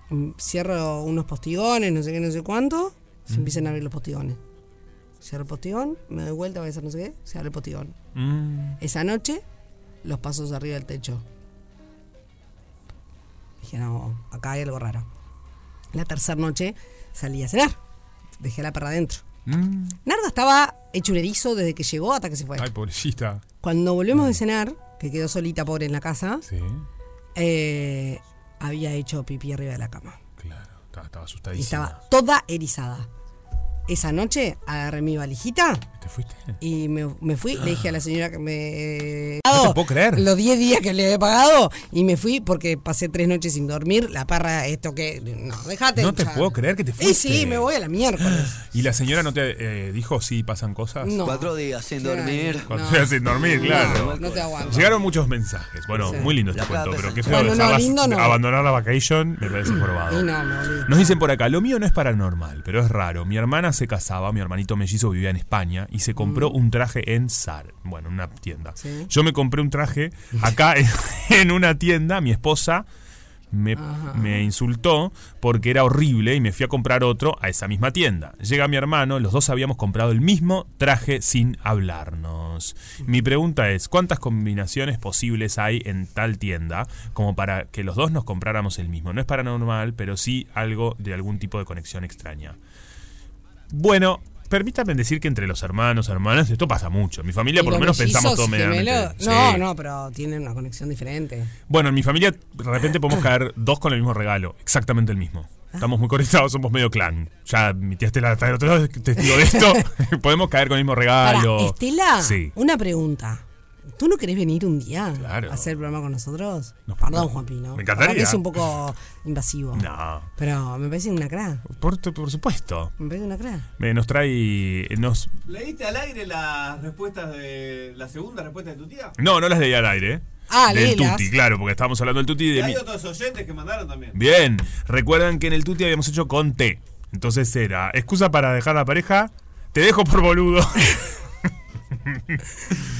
mm, cierro unos postigones, no sé qué, no sé cuánto, se
Mm.
empiezan a abrir los postigones. Cierro el postigón, me doy vuelta, voy a hacer no sé qué, se abre el postigón.
Mm.
Esa noche, los pasos arriba del techo. Dije, no, acá hay algo raro. La tercera noche salí a cenar. Dejé a la perra adentro.
Mm,
Narda estaba hechurerizo desde que llegó hasta que se fue.
Ay, pobrecita.
Cuando volvemos de cenar, que quedó solita, pobre, en la casa,
Sí.
eh, había hecho pipí arriba de la cama.
Estaba, estaba
Y
asustadísima.
estaba toda erizada. Esa noche agarré mi valijita.
¿Te fuiste?
Y me, me fui. Le dije a la señora que me.
No te puedo creer.
Los 10 días que le había pagado. Y me fui porque pasé tres noches sin dormir. La parra, esto que. No, déjate.
No te
ya.
puedo Ah. creer que te fuiste.
Y sí, me voy a la miércoles.
¿Y la señora no te eh, dijo si pasan cosas?
No.
Cuatro días sin
Claro.
dormir.
Cuando te hacen dormir, claro.
No te aguanto.
Llegaron muchos mensajes. Bueno,
Sí.
muy lindo este
La
cuento,
capa
pero
es
qué
el-
feo
Bueno, no,
dejarlas-
lindo no.
abandonar la vacation me parece
Y
jorobado.
no, me olvidé.
Nos dicen por acá, lo mío no es paranormal, pero es raro. Mi hermana se casaba, mi hermanito mellizo vivía en España y se compró
Mm.
un traje en SAR, bueno, en una tienda.
Sí.
Yo me compré un traje acá en, en una tienda, mi esposa me,
Ajá.
me insultó porque era horrible y me fui a comprar otro a esa misma tienda. Llega mi hermano, los dos habíamos comprado el mismo traje sin hablarnos. Mi pregunta es, ¿cuántas combinaciones posibles hay en tal tienda como para que los dos nos compráramos el mismo? No es paranormal, pero sí algo de algún tipo de conexión extraña. Bueno, permítanme decir que entre los hermanos, hermanas, esto pasa mucho. En mi familia
Y
por lo
los
menos pensamos
mellizos,
todo medianamente.
gemelo-
Sí.
No, no, pero tienen una conexión diferente.
Bueno, en mi familia de repente podemos caer dos con el mismo regalo, exactamente el mismo. Estamos muy conectados, somos medio clan. Ya mi tía Estela está del otro lado, es testigo de esto. podemos caer con el mismo
Pará,
regalo.
Estela,
Sí.
una pregunta. ¿Tú no querés venir un día
Claro.
a hacer el programa con nosotros?
Nos
Perdón,
podemos.
Juan Pino.
Me encantaría.
Capaz que es un poco invasivo.
No.
Pero me parece una cra.
Por, por supuesto.
Me parece una cra.
Eh, nos trae. Nos,
¿Leíste al aire las respuestas de la segunda respuesta de tu tía?
no, no las leí al aire.
Ah,
Del
léelas.
Tuti, claro, porque estábamos hablando del Tuti y
Y
de mi,
hay otros oyentes que mandaron también.
Bien, recuerdan que en el tuti habíamos hecho con T. Entonces era excusa para dejar la pareja, te dejo por boludo.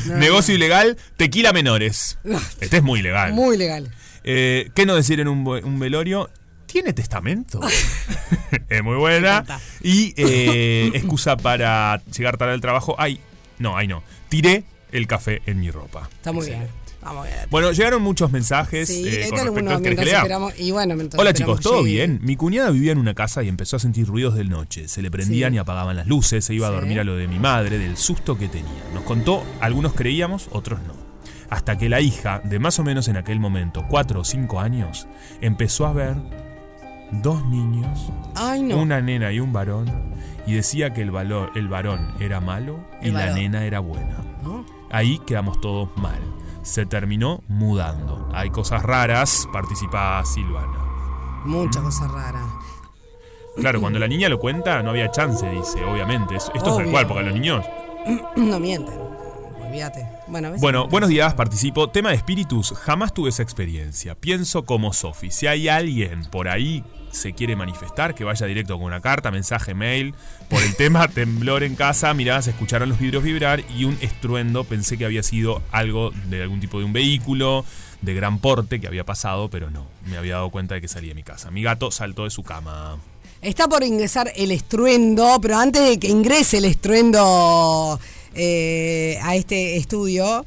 Negocio ilegal, tequila menores. Este es muy legal.
Muy legal.
Eh, ¿Qué no decir en un, vo- un velorio? ¿Tiene testamento? es muy buena. Y eh, excusa para llegar tarde al trabajo. Ay, no, ay no. Tiré el café en mi ropa.
Está muy bien. Vamos a ver.
Bueno, llegaron muchos mensajes.
Sí,
eh,
léete
con respecto
algunos
al que
mientras
les lea.
esperamos. Y bueno, mientras
Hola
esperamos
chicos, ¿todo
que llegue.
bien? Mi cuñada vivía en una casa y empezó a sentir ruidos de noche. Se le prendían
Sí.
y apagaban las luces, se iba a
Sí.
dormir a lo de mi madre, del susto que tenía. Nos contó, algunos creíamos, otros no. Hasta que la hija, de más o menos en aquel momento, cuatro o cinco años, empezó a ver dos niños,
Ay, no.
una nena y un varón, y decía que el, valor, el varón era malo y
El
la
varón.
nena era buena.
¿No?
Ahí quedamos todos mal. Se terminó mudando. Hay cosas raras, participa Silvana.
Mucha cosa rara.
Claro, cuando la niña lo cuenta, no había chance, dice, obviamente. Es- Esto es
Obvio.
tal cual, porque a los niños.
No mienten. Olvídate. Bueno, a veces-
Bueno, buenos días, participo. Tema de espíritus, jamás tuve esa experiencia. Pienso como Sofi. Si hay alguien por ahí se quiere manifestar, que vaya directo con una carta, mensaje, mail. Por el tema temblor en casa, mirá, se escucharon los vidrios vibrar y un estruendo. Pensé que había sido algo de algún tipo de un vehículo de gran porte que había pasado, pero no. Me había dado cuenta de que salí de mi casa. Mi gato saltó de su cama.
Está por ingresar el estruendo, pero antes de que ingrese el estruendo eh, a este estudio,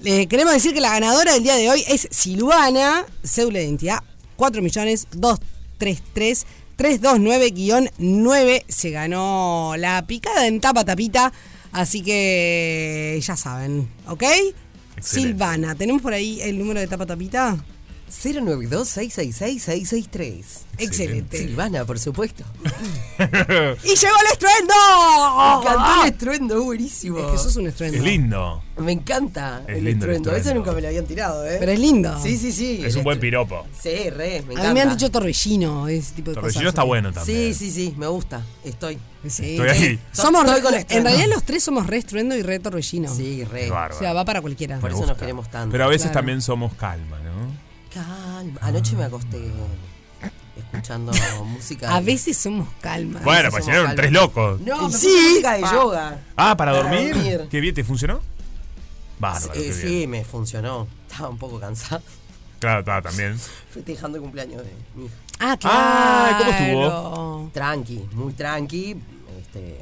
le Eh, queremos decir que la ganadora del día de hoy es Silvana, cédula de identidad 4 millones 233 329-9 se ganó la picada en tapa tapita, así que ya saben, ¿ok? Silvana, ¿tenemos por ahí el número de tapa tapita?
092-666-663.
Excelente.
Silvana, por supuesto.
¡Y llegó el estruendo!
Me encantó el estruendo, buenísimo.
Ah, Es que sos un estruendo.
Es lindo.
Me encanta
Es
el
lindo el
estruendo. Eso
estruendo.
nunca me lo habían tirado, ¿eh?
Pero es lindo.
Sí, sí, sí.
Es un
El
buen piropo.
estru- Sí, re, me
A
encanta.
mí me han dicho torbellino, ese tipo de
Torbellino
cosas. ¿eh?
está bueno también.
Sí, sí, sí, me gusta. Estoy.
Sí.
Estoy ahí.
Somos
Estoy
re-
con
en
estruendo.
realidad los tres somos re estruendo y re torbellino.
Sí, re.
Qué bárbaro.
O sea, va para cualquiera.
Por
Me
eso nos
gusta.
queremos tanto.
Pero a veces
Claro.
también somos calma, ¿no?
Calma. Anoche me acosté escuchando música.
A veces somos calma.
Bueno, pues
somos
eran
calvos.
tres locos.
No, me
Sí.
puse música de
Pa.
yoga.
Ah, ¿para dormir?
dormir.
¿Qué bien? ¿Te funcionó? Bárbaro,
Sí,
qué
sí,
bien.
me funcionó. Estaba un poco cansada.
Claro, está, también.
Festejando el cumpleaños de mi hija.
Ah,
Ah, ¿cómo
estuvo?
Tranqui, muy tranqui. Este,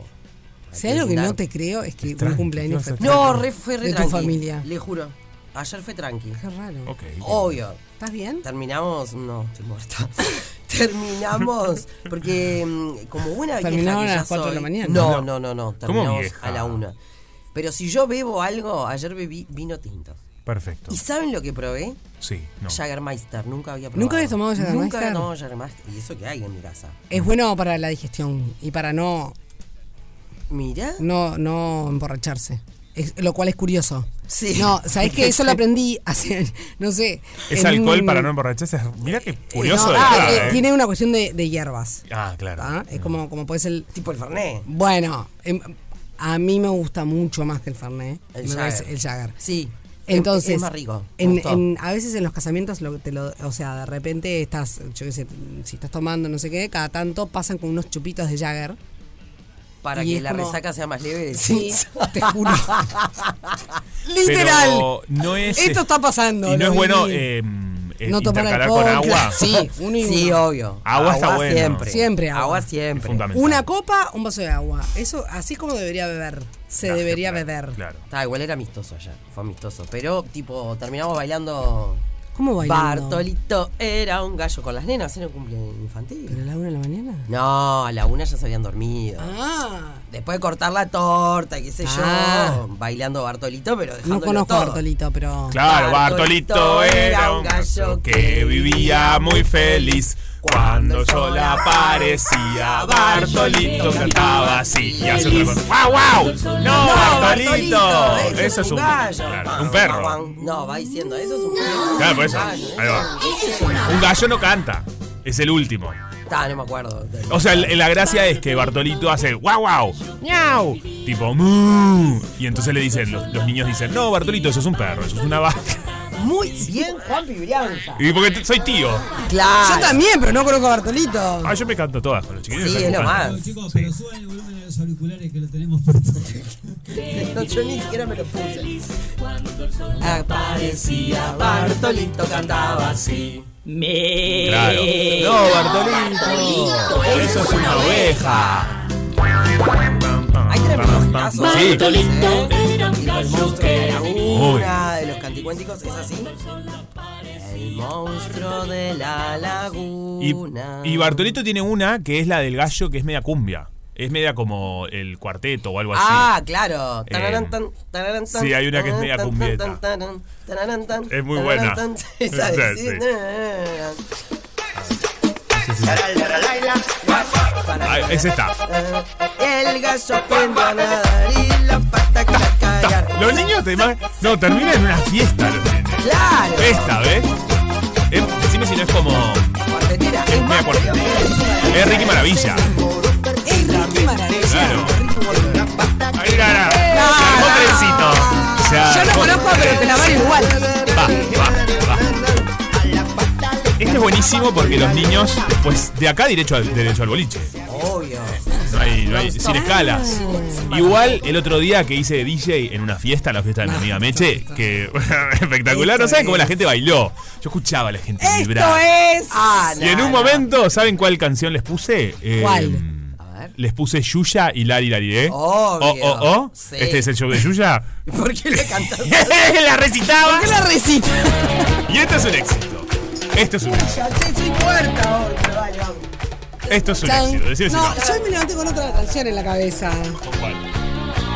¿Sabes lo que no te creo? Es que un
Tranqui,
cumpleaños fue
No, re, fue re
de tu
tranqui.
familia.
Le juro. Ayer fue tranqui.
Qué raro.
Obvio.
¿Estás bien?
Terminamos. No, estoy muerta. Terminamos. Porque mm, como buena vieja
Terminaron
que
a
ya
las cuatro de
soy-
la mañana.
No, no, no, no. Terminamos
vieja?
a la una. Pero si yo bebo algo, ayer bebí vino tinto.
Perfecto.
¿Y saben lo que probé?
Sí, no.
Jagermeister, nunca había probado.
¿Nunca habías tomado
Nunca
Jägermeister?
había tomado Jägermeister. Y eso que hay en mi casa.
Es bueno para la digestión y para no.
Mira.
No, no emborracharse. Es- lo cual es curioso.
Sí.
No, ¿sabés que Eso lo aprendí hace. No sé.
Es
en
alcohol
un-
para no emborracharse. Mira qué curioso
No,
de
ah,
verdad,
eh,
¿eh?
Tiene una cuestión de, de hierbas.
Ah, claro.
¿tá? Es como, como puede ser. el-
Tipo el Fernet.
Bueno, em, a mí me gusta mucho más que el Fernet.
El
Me
Jagger.
parece El Jagger.
Sí.
Entonces,
Es- es más rico, me
en-
gustó.
en- a veces en los casamientos, lo, te lo, o sea, de repente estás, yo qué sé, si estás tomando no sé qué, cada tanto pasan con unos chupitos de Jagger.
Para
Y
que
es
la
como-
resaca sea más leve.
Sí,
decís.
te juro. Literal.
Pero no es. este,
Esto está pasando,
Y no
lo
es bueno
viví.
eh, eh,
No tomar
intercalar
alcohol,
con agua.
claro. Sí, uno y
Sí,
uno.
obvio.
Agua está bueno.
Siempre.
Siempre agua.
Agua siempre.
Fundamental.
Una copa, un vaso de agua. Eso, así como debería beber. Se
Claro,
debería
claro,
beber.
Claro.
Está, igual era amistoso allá. Fue amistoso. Pero, tipo, terminamos bailando.
¿Cómo bailando?
Bartolito era un gallo con las nenas. Era un cumpleaños infantil.
¿Pero a la una de la mañana?
No, a la una ya se habían dormido.
Ah.
Después de cortar la torta, qué sé
Ah.
yo. Bailando Bartolito, pero
No
dejándolo
conozco
todo.
a Bartolito, pero.
Claro, Bartolito era un gallo que vivía muy feliz. Cuando el sol aparecía, Bartolito cantaba así. Y hace otra cosa. ¡Guau, guau! ¡No, Bartolito!
ese
Eso es un,
gallo.
claro, un perro.
No, va diciendo, eso es un Ah, perro.
Claro, por eso.
Gallo,
Ahí va. Un gallo no canta. Es el último.
Está, no me acuerdo.
O sea, el- la gracia es que Bartolito hace guau guau, miau, tipo mu. Y entonces le dicen, los, los niños dicen, no, Bartolito, eso es un perro, eso es una vaca.
Muy bien, Juan Pibrianza.
Y porque t- soy tío.
Claro.
Yo también, pero no conozco a Bartolito.
Ah, yo me canto todas con los chiquillos.
Sí,
¿se
es lo
acuerdan?
más.
Chicos, pero suban el volumen de los auriculares que lo tenemos puesto.
No, yo ni siquiera me lo puse.
Aparecía Bartolito, cantaba así. Me.
Claro.
Eh,
No, Bartolito. Eso es una oveja. Ahí
Bartolito era un gallo que era
Uy.
una de los canticuénticos, ¿es así? El monstruo de la
Y,
laguna.
Ah.
y Bartolito tiene una que es la del gallo, que es media cumbia. Es media como el cuarteto o algo así.
Ah, claro. Tararán,
Eh,
tan, tararán, tan,
sí, hay una que es media
tararán,
cumbieta.
tan, tararán, tararán, tan,
Es muy
tararán,
buena.
tan. Esa es,
Sí, sí.
tararán.
Ah, es esta.
El gallo aprende a nadar y la pata cacarear.
Los niños te ima- No, termina en una fiesta. los nenes.
Claro.
Esta, ¿ves? Es- decime si no es como. Es media cuartetera. Es Ricky Maravilla. Claro. Ahí gana. Se armó trencito. Se
Eh, Ah, Yo no
armó-
conozco, pero te la van igual.
Va, va, va. Este es buenísimo porque los niños, después de acá, derecho al, derecho al boliche.
Obvio.
No hay, no hay- sin escalas. Igual el otro día que hice de DJ en una fiesta, la fiesta de mi amiga Meche, que espectacular, no saben cómo la gente bailó. Yo escuchaba a la gente
Esto
vibrar.
es.
Ah,
Y en un momento, ¿saben cuál canción les puse? Eh,
¿Cuál?
Les puse Yuya y Lari Lariré. Oh,
Obvio.
oh, oh.
Sí.
Este es el show de Yuya.
¿Por qué le cantas?
la recitaba.
¿Por qué la recita?
Y este es un éxito. Esto es un éxito.
Soy puerta hoy, pero vale, vamos.
Esto es un
Chan.
éxito. Decime si
No,
no.
yo me levanté con otra canción en la cabeza.
¿Cuál?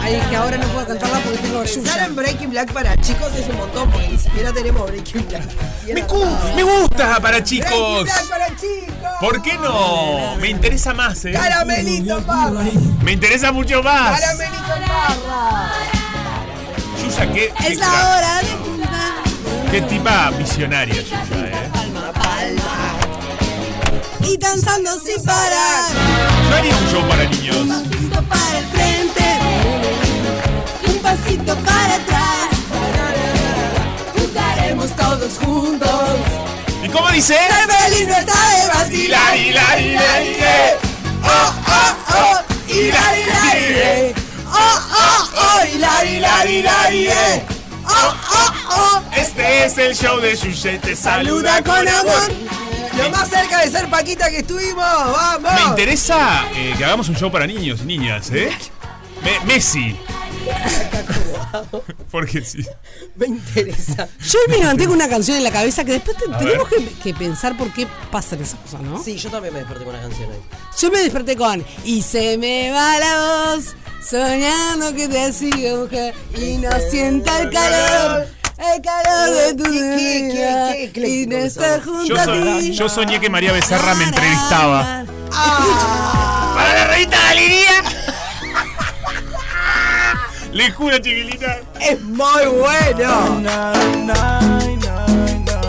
Ay, es que ahora no puedo cantarla porque tengo
Pensar
yuya.
en Breaking Black para chicos es un montón porque ni siquiera tenemos Breaking Black.
Me, cu- me gusta para
Breaking
chicos.
Black para chicos.
¿Por qué no? Me interesa más, eh.
Caramelito Parra.
Me interesa mucho más.
Caramelito Parra.
Yuya, qué, qué,
Es la
cra-
hora de jugar.
qué tipa visionaria, Yuya, eh.
Y danzando sin parar.
Yo haría un show para niños.
Un pasito para el frente. Un pasito para atrás. Jugaremos todos juntos.
¿Y cómo dice?
Ser feliz no está de vacilar.
Lari, lari, lari, eh.
Oh, oh, oh. Y lari, lari, eh. Oh, oh, oh. Y lari, lari, lari, eh. Oh, oh, oh.
Este es el show de Yuya. Te saluda con amor.
Lo más cerca de ser Paquita que estuvimos. Vamos.
Me interesa eh, que hagamos un show para niños y niñas, ¿eh? Me- Messi. Porque sí.
Me interesa.
Yo hoy me levanté con una canción en la cabeza que después te-
A
tenemos que, que pensar por qué pasan esas cosas, ¿no?
Sí, yo también me desperté con una canción hoy.
Yo me desperté con Y se me va la voz Soñando que te sigo mujer Y no sienta el calor El calor de tu
Qué- qué- qué-
vida
qué
Y
ecléctico
de
que
estar
somos.
junto
Yo,
a
so-
ti
yo soñé que María Becerra me entrevistaba.
Ah.
¡Para la revista Galería! Le juro, chiquilita.
Es muy bueno.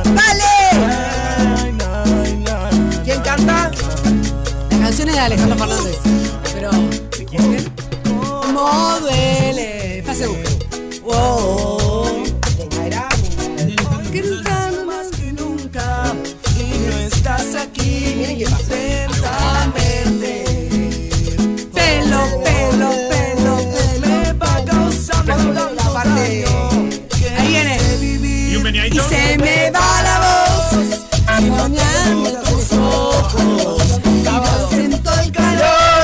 ¡Dale!
¿Quién canta?
La canción es de Alejandro Fernández Pero ¿Cómo duele? Fase busca Wow
Venga, era.
Que nunca, no más que nunca
Y no estás aquí. Miren qué pasa.
Pelo, pelo, pelo, pelo
La parte.
Ahí viene
¿Y un
Y
meneadito?
se me va la voz Soñando tus ojos Y no siento el calor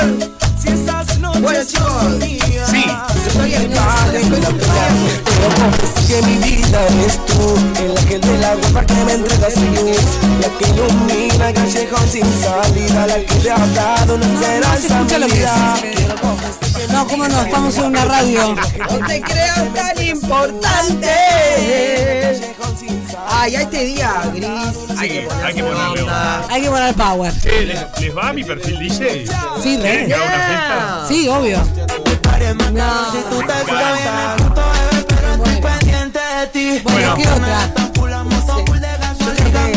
Si esas noches
Bueno, chicos.
Sí.
Estoy en paz, dejo el hombre.
Que mi vida eres tú, el ángel de la guapa que me entregas luz, la que ilumina callejón sin salida, la que te ha dado una
No se
esperanza.
escucha lo que
vida.
decís No, cómo no, estamos en una radio
No te creo tan importante. Ay, a este día gris.
Hay que, hay que ponerle onda.
Hay que poner power
Che, ¿les, les va mi perfil DJ?
Sí,
¿Quieren
re
que haga una fiesta?
Sí, obvio Bueno,
Bueno.
¿qué otra?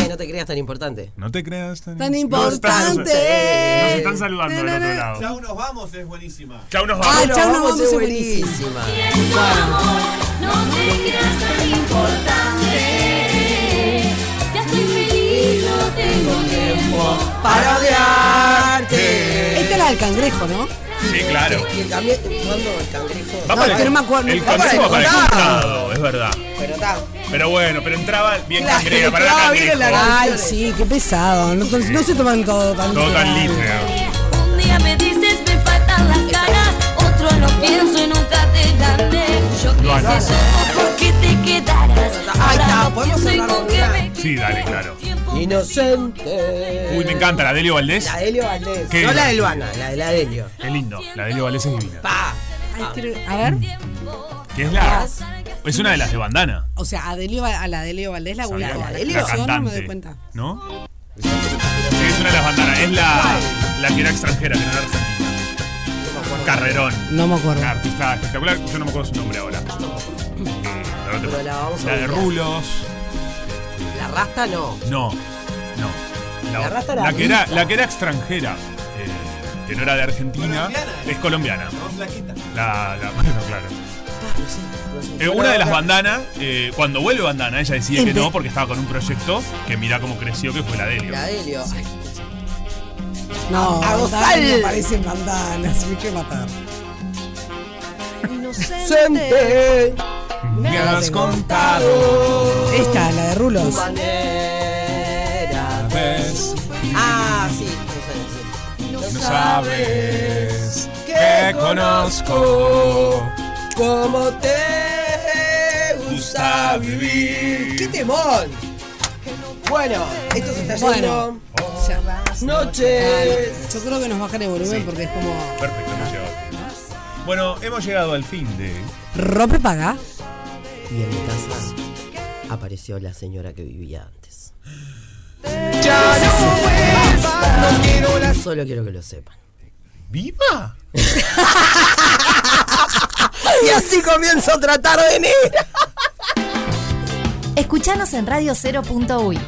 No te creas tan importante.
No te creas tan,
Tan
Nos
importante
están saludando del otro lado.
Chau, nos vamos, es buenísima.
Chau, nos
Ah,
vamos.
chau, nos vamos,
es
es
buenísima.
No te creas tan importante.
para odiarte.
Esta era del cangrejo, ¿no?
Sí, claro.
Y el también, ¿cuándo el cangrejo?
Va
No,
para
es que
el,
no me acuerdo.
el
Va para
cangrejo va para el
costado.
costado, es verdad.
Pero está.
Pero bueno, pero entraba bien
Claro,
cangreja, para la
entraba
cangreja.
bien en la
Ay, sí, qué pesado. No, no se toman todo tan
Todo tan
literal.
lindo.
Un día me dices me faltan las ganas, otro lo pienso y nunca te gané. Yo
Lo
quise
haces.
solo porque te quedaras.
Ahí está,
Ahora lo
podemos
pienso y
cerrar
con que me
Sí, dale, claro.
Inocente.
Uy, me encanta la de Elio Valdés.
La de Helio Valdés.
Qué
No
lindo.
la de Luana, la de la de Helio.
Qué lindo. La de Elio Valdés es divina.
Ay, quiero- a ver. Ah.
Que es la. Es una de las de bandana.
O sea, a, Delio- a la de Leo Valdés la
Sabía
ubico.
la-
A la
la
de Leo, yo no me
cantante.
doy cuenta.
¿No? Sí, es una de las bandanas. Es la, la que era extranjera, que no era argentina. Carrerón.
No me acuerdo.
Una artista espectacular. Yo no me acuerdo su nombre ahora. Eh, la otra-
Pero la vamos a
la de
buscar.
rulos.
La rasta no.
No. No.
La
otra.
rasta era
que era,
rifa.
la que era extranjera. eh, que no era de Argentina. Es colombiana. La, la, bueno, claro. Eh, una de las bandanas, eh, cuando vuelve bandana, ella decía que no porque estaba con un proyecto que mirá cómo creció, que fue la de Elio.
La de Helio.
No,
A
Bandana
gozar.
me parecen bandanas. Me quiero matar.
Inocente.
Me
has contado.
Esta, la de Rulos.
Tu manera. Ah, sí. No, sé, sí.
No sabes que conozco
cómo te gusta vivir. ¡Qué temón! Bueno, esto se está yendo.
Bueno.
Noches.
Yo creo que nos bajan el volumen porque es como.
Perfecto, hemos llegado. Bueno, hemos llegado al fin de.
Rope paga.
Y en mi casa apareció la señora que vivía antes. Solo quiero que lo sepan.
¿Viva?
Y así comienza otra tarde negra.
Escuchanos en Radio Cero.uy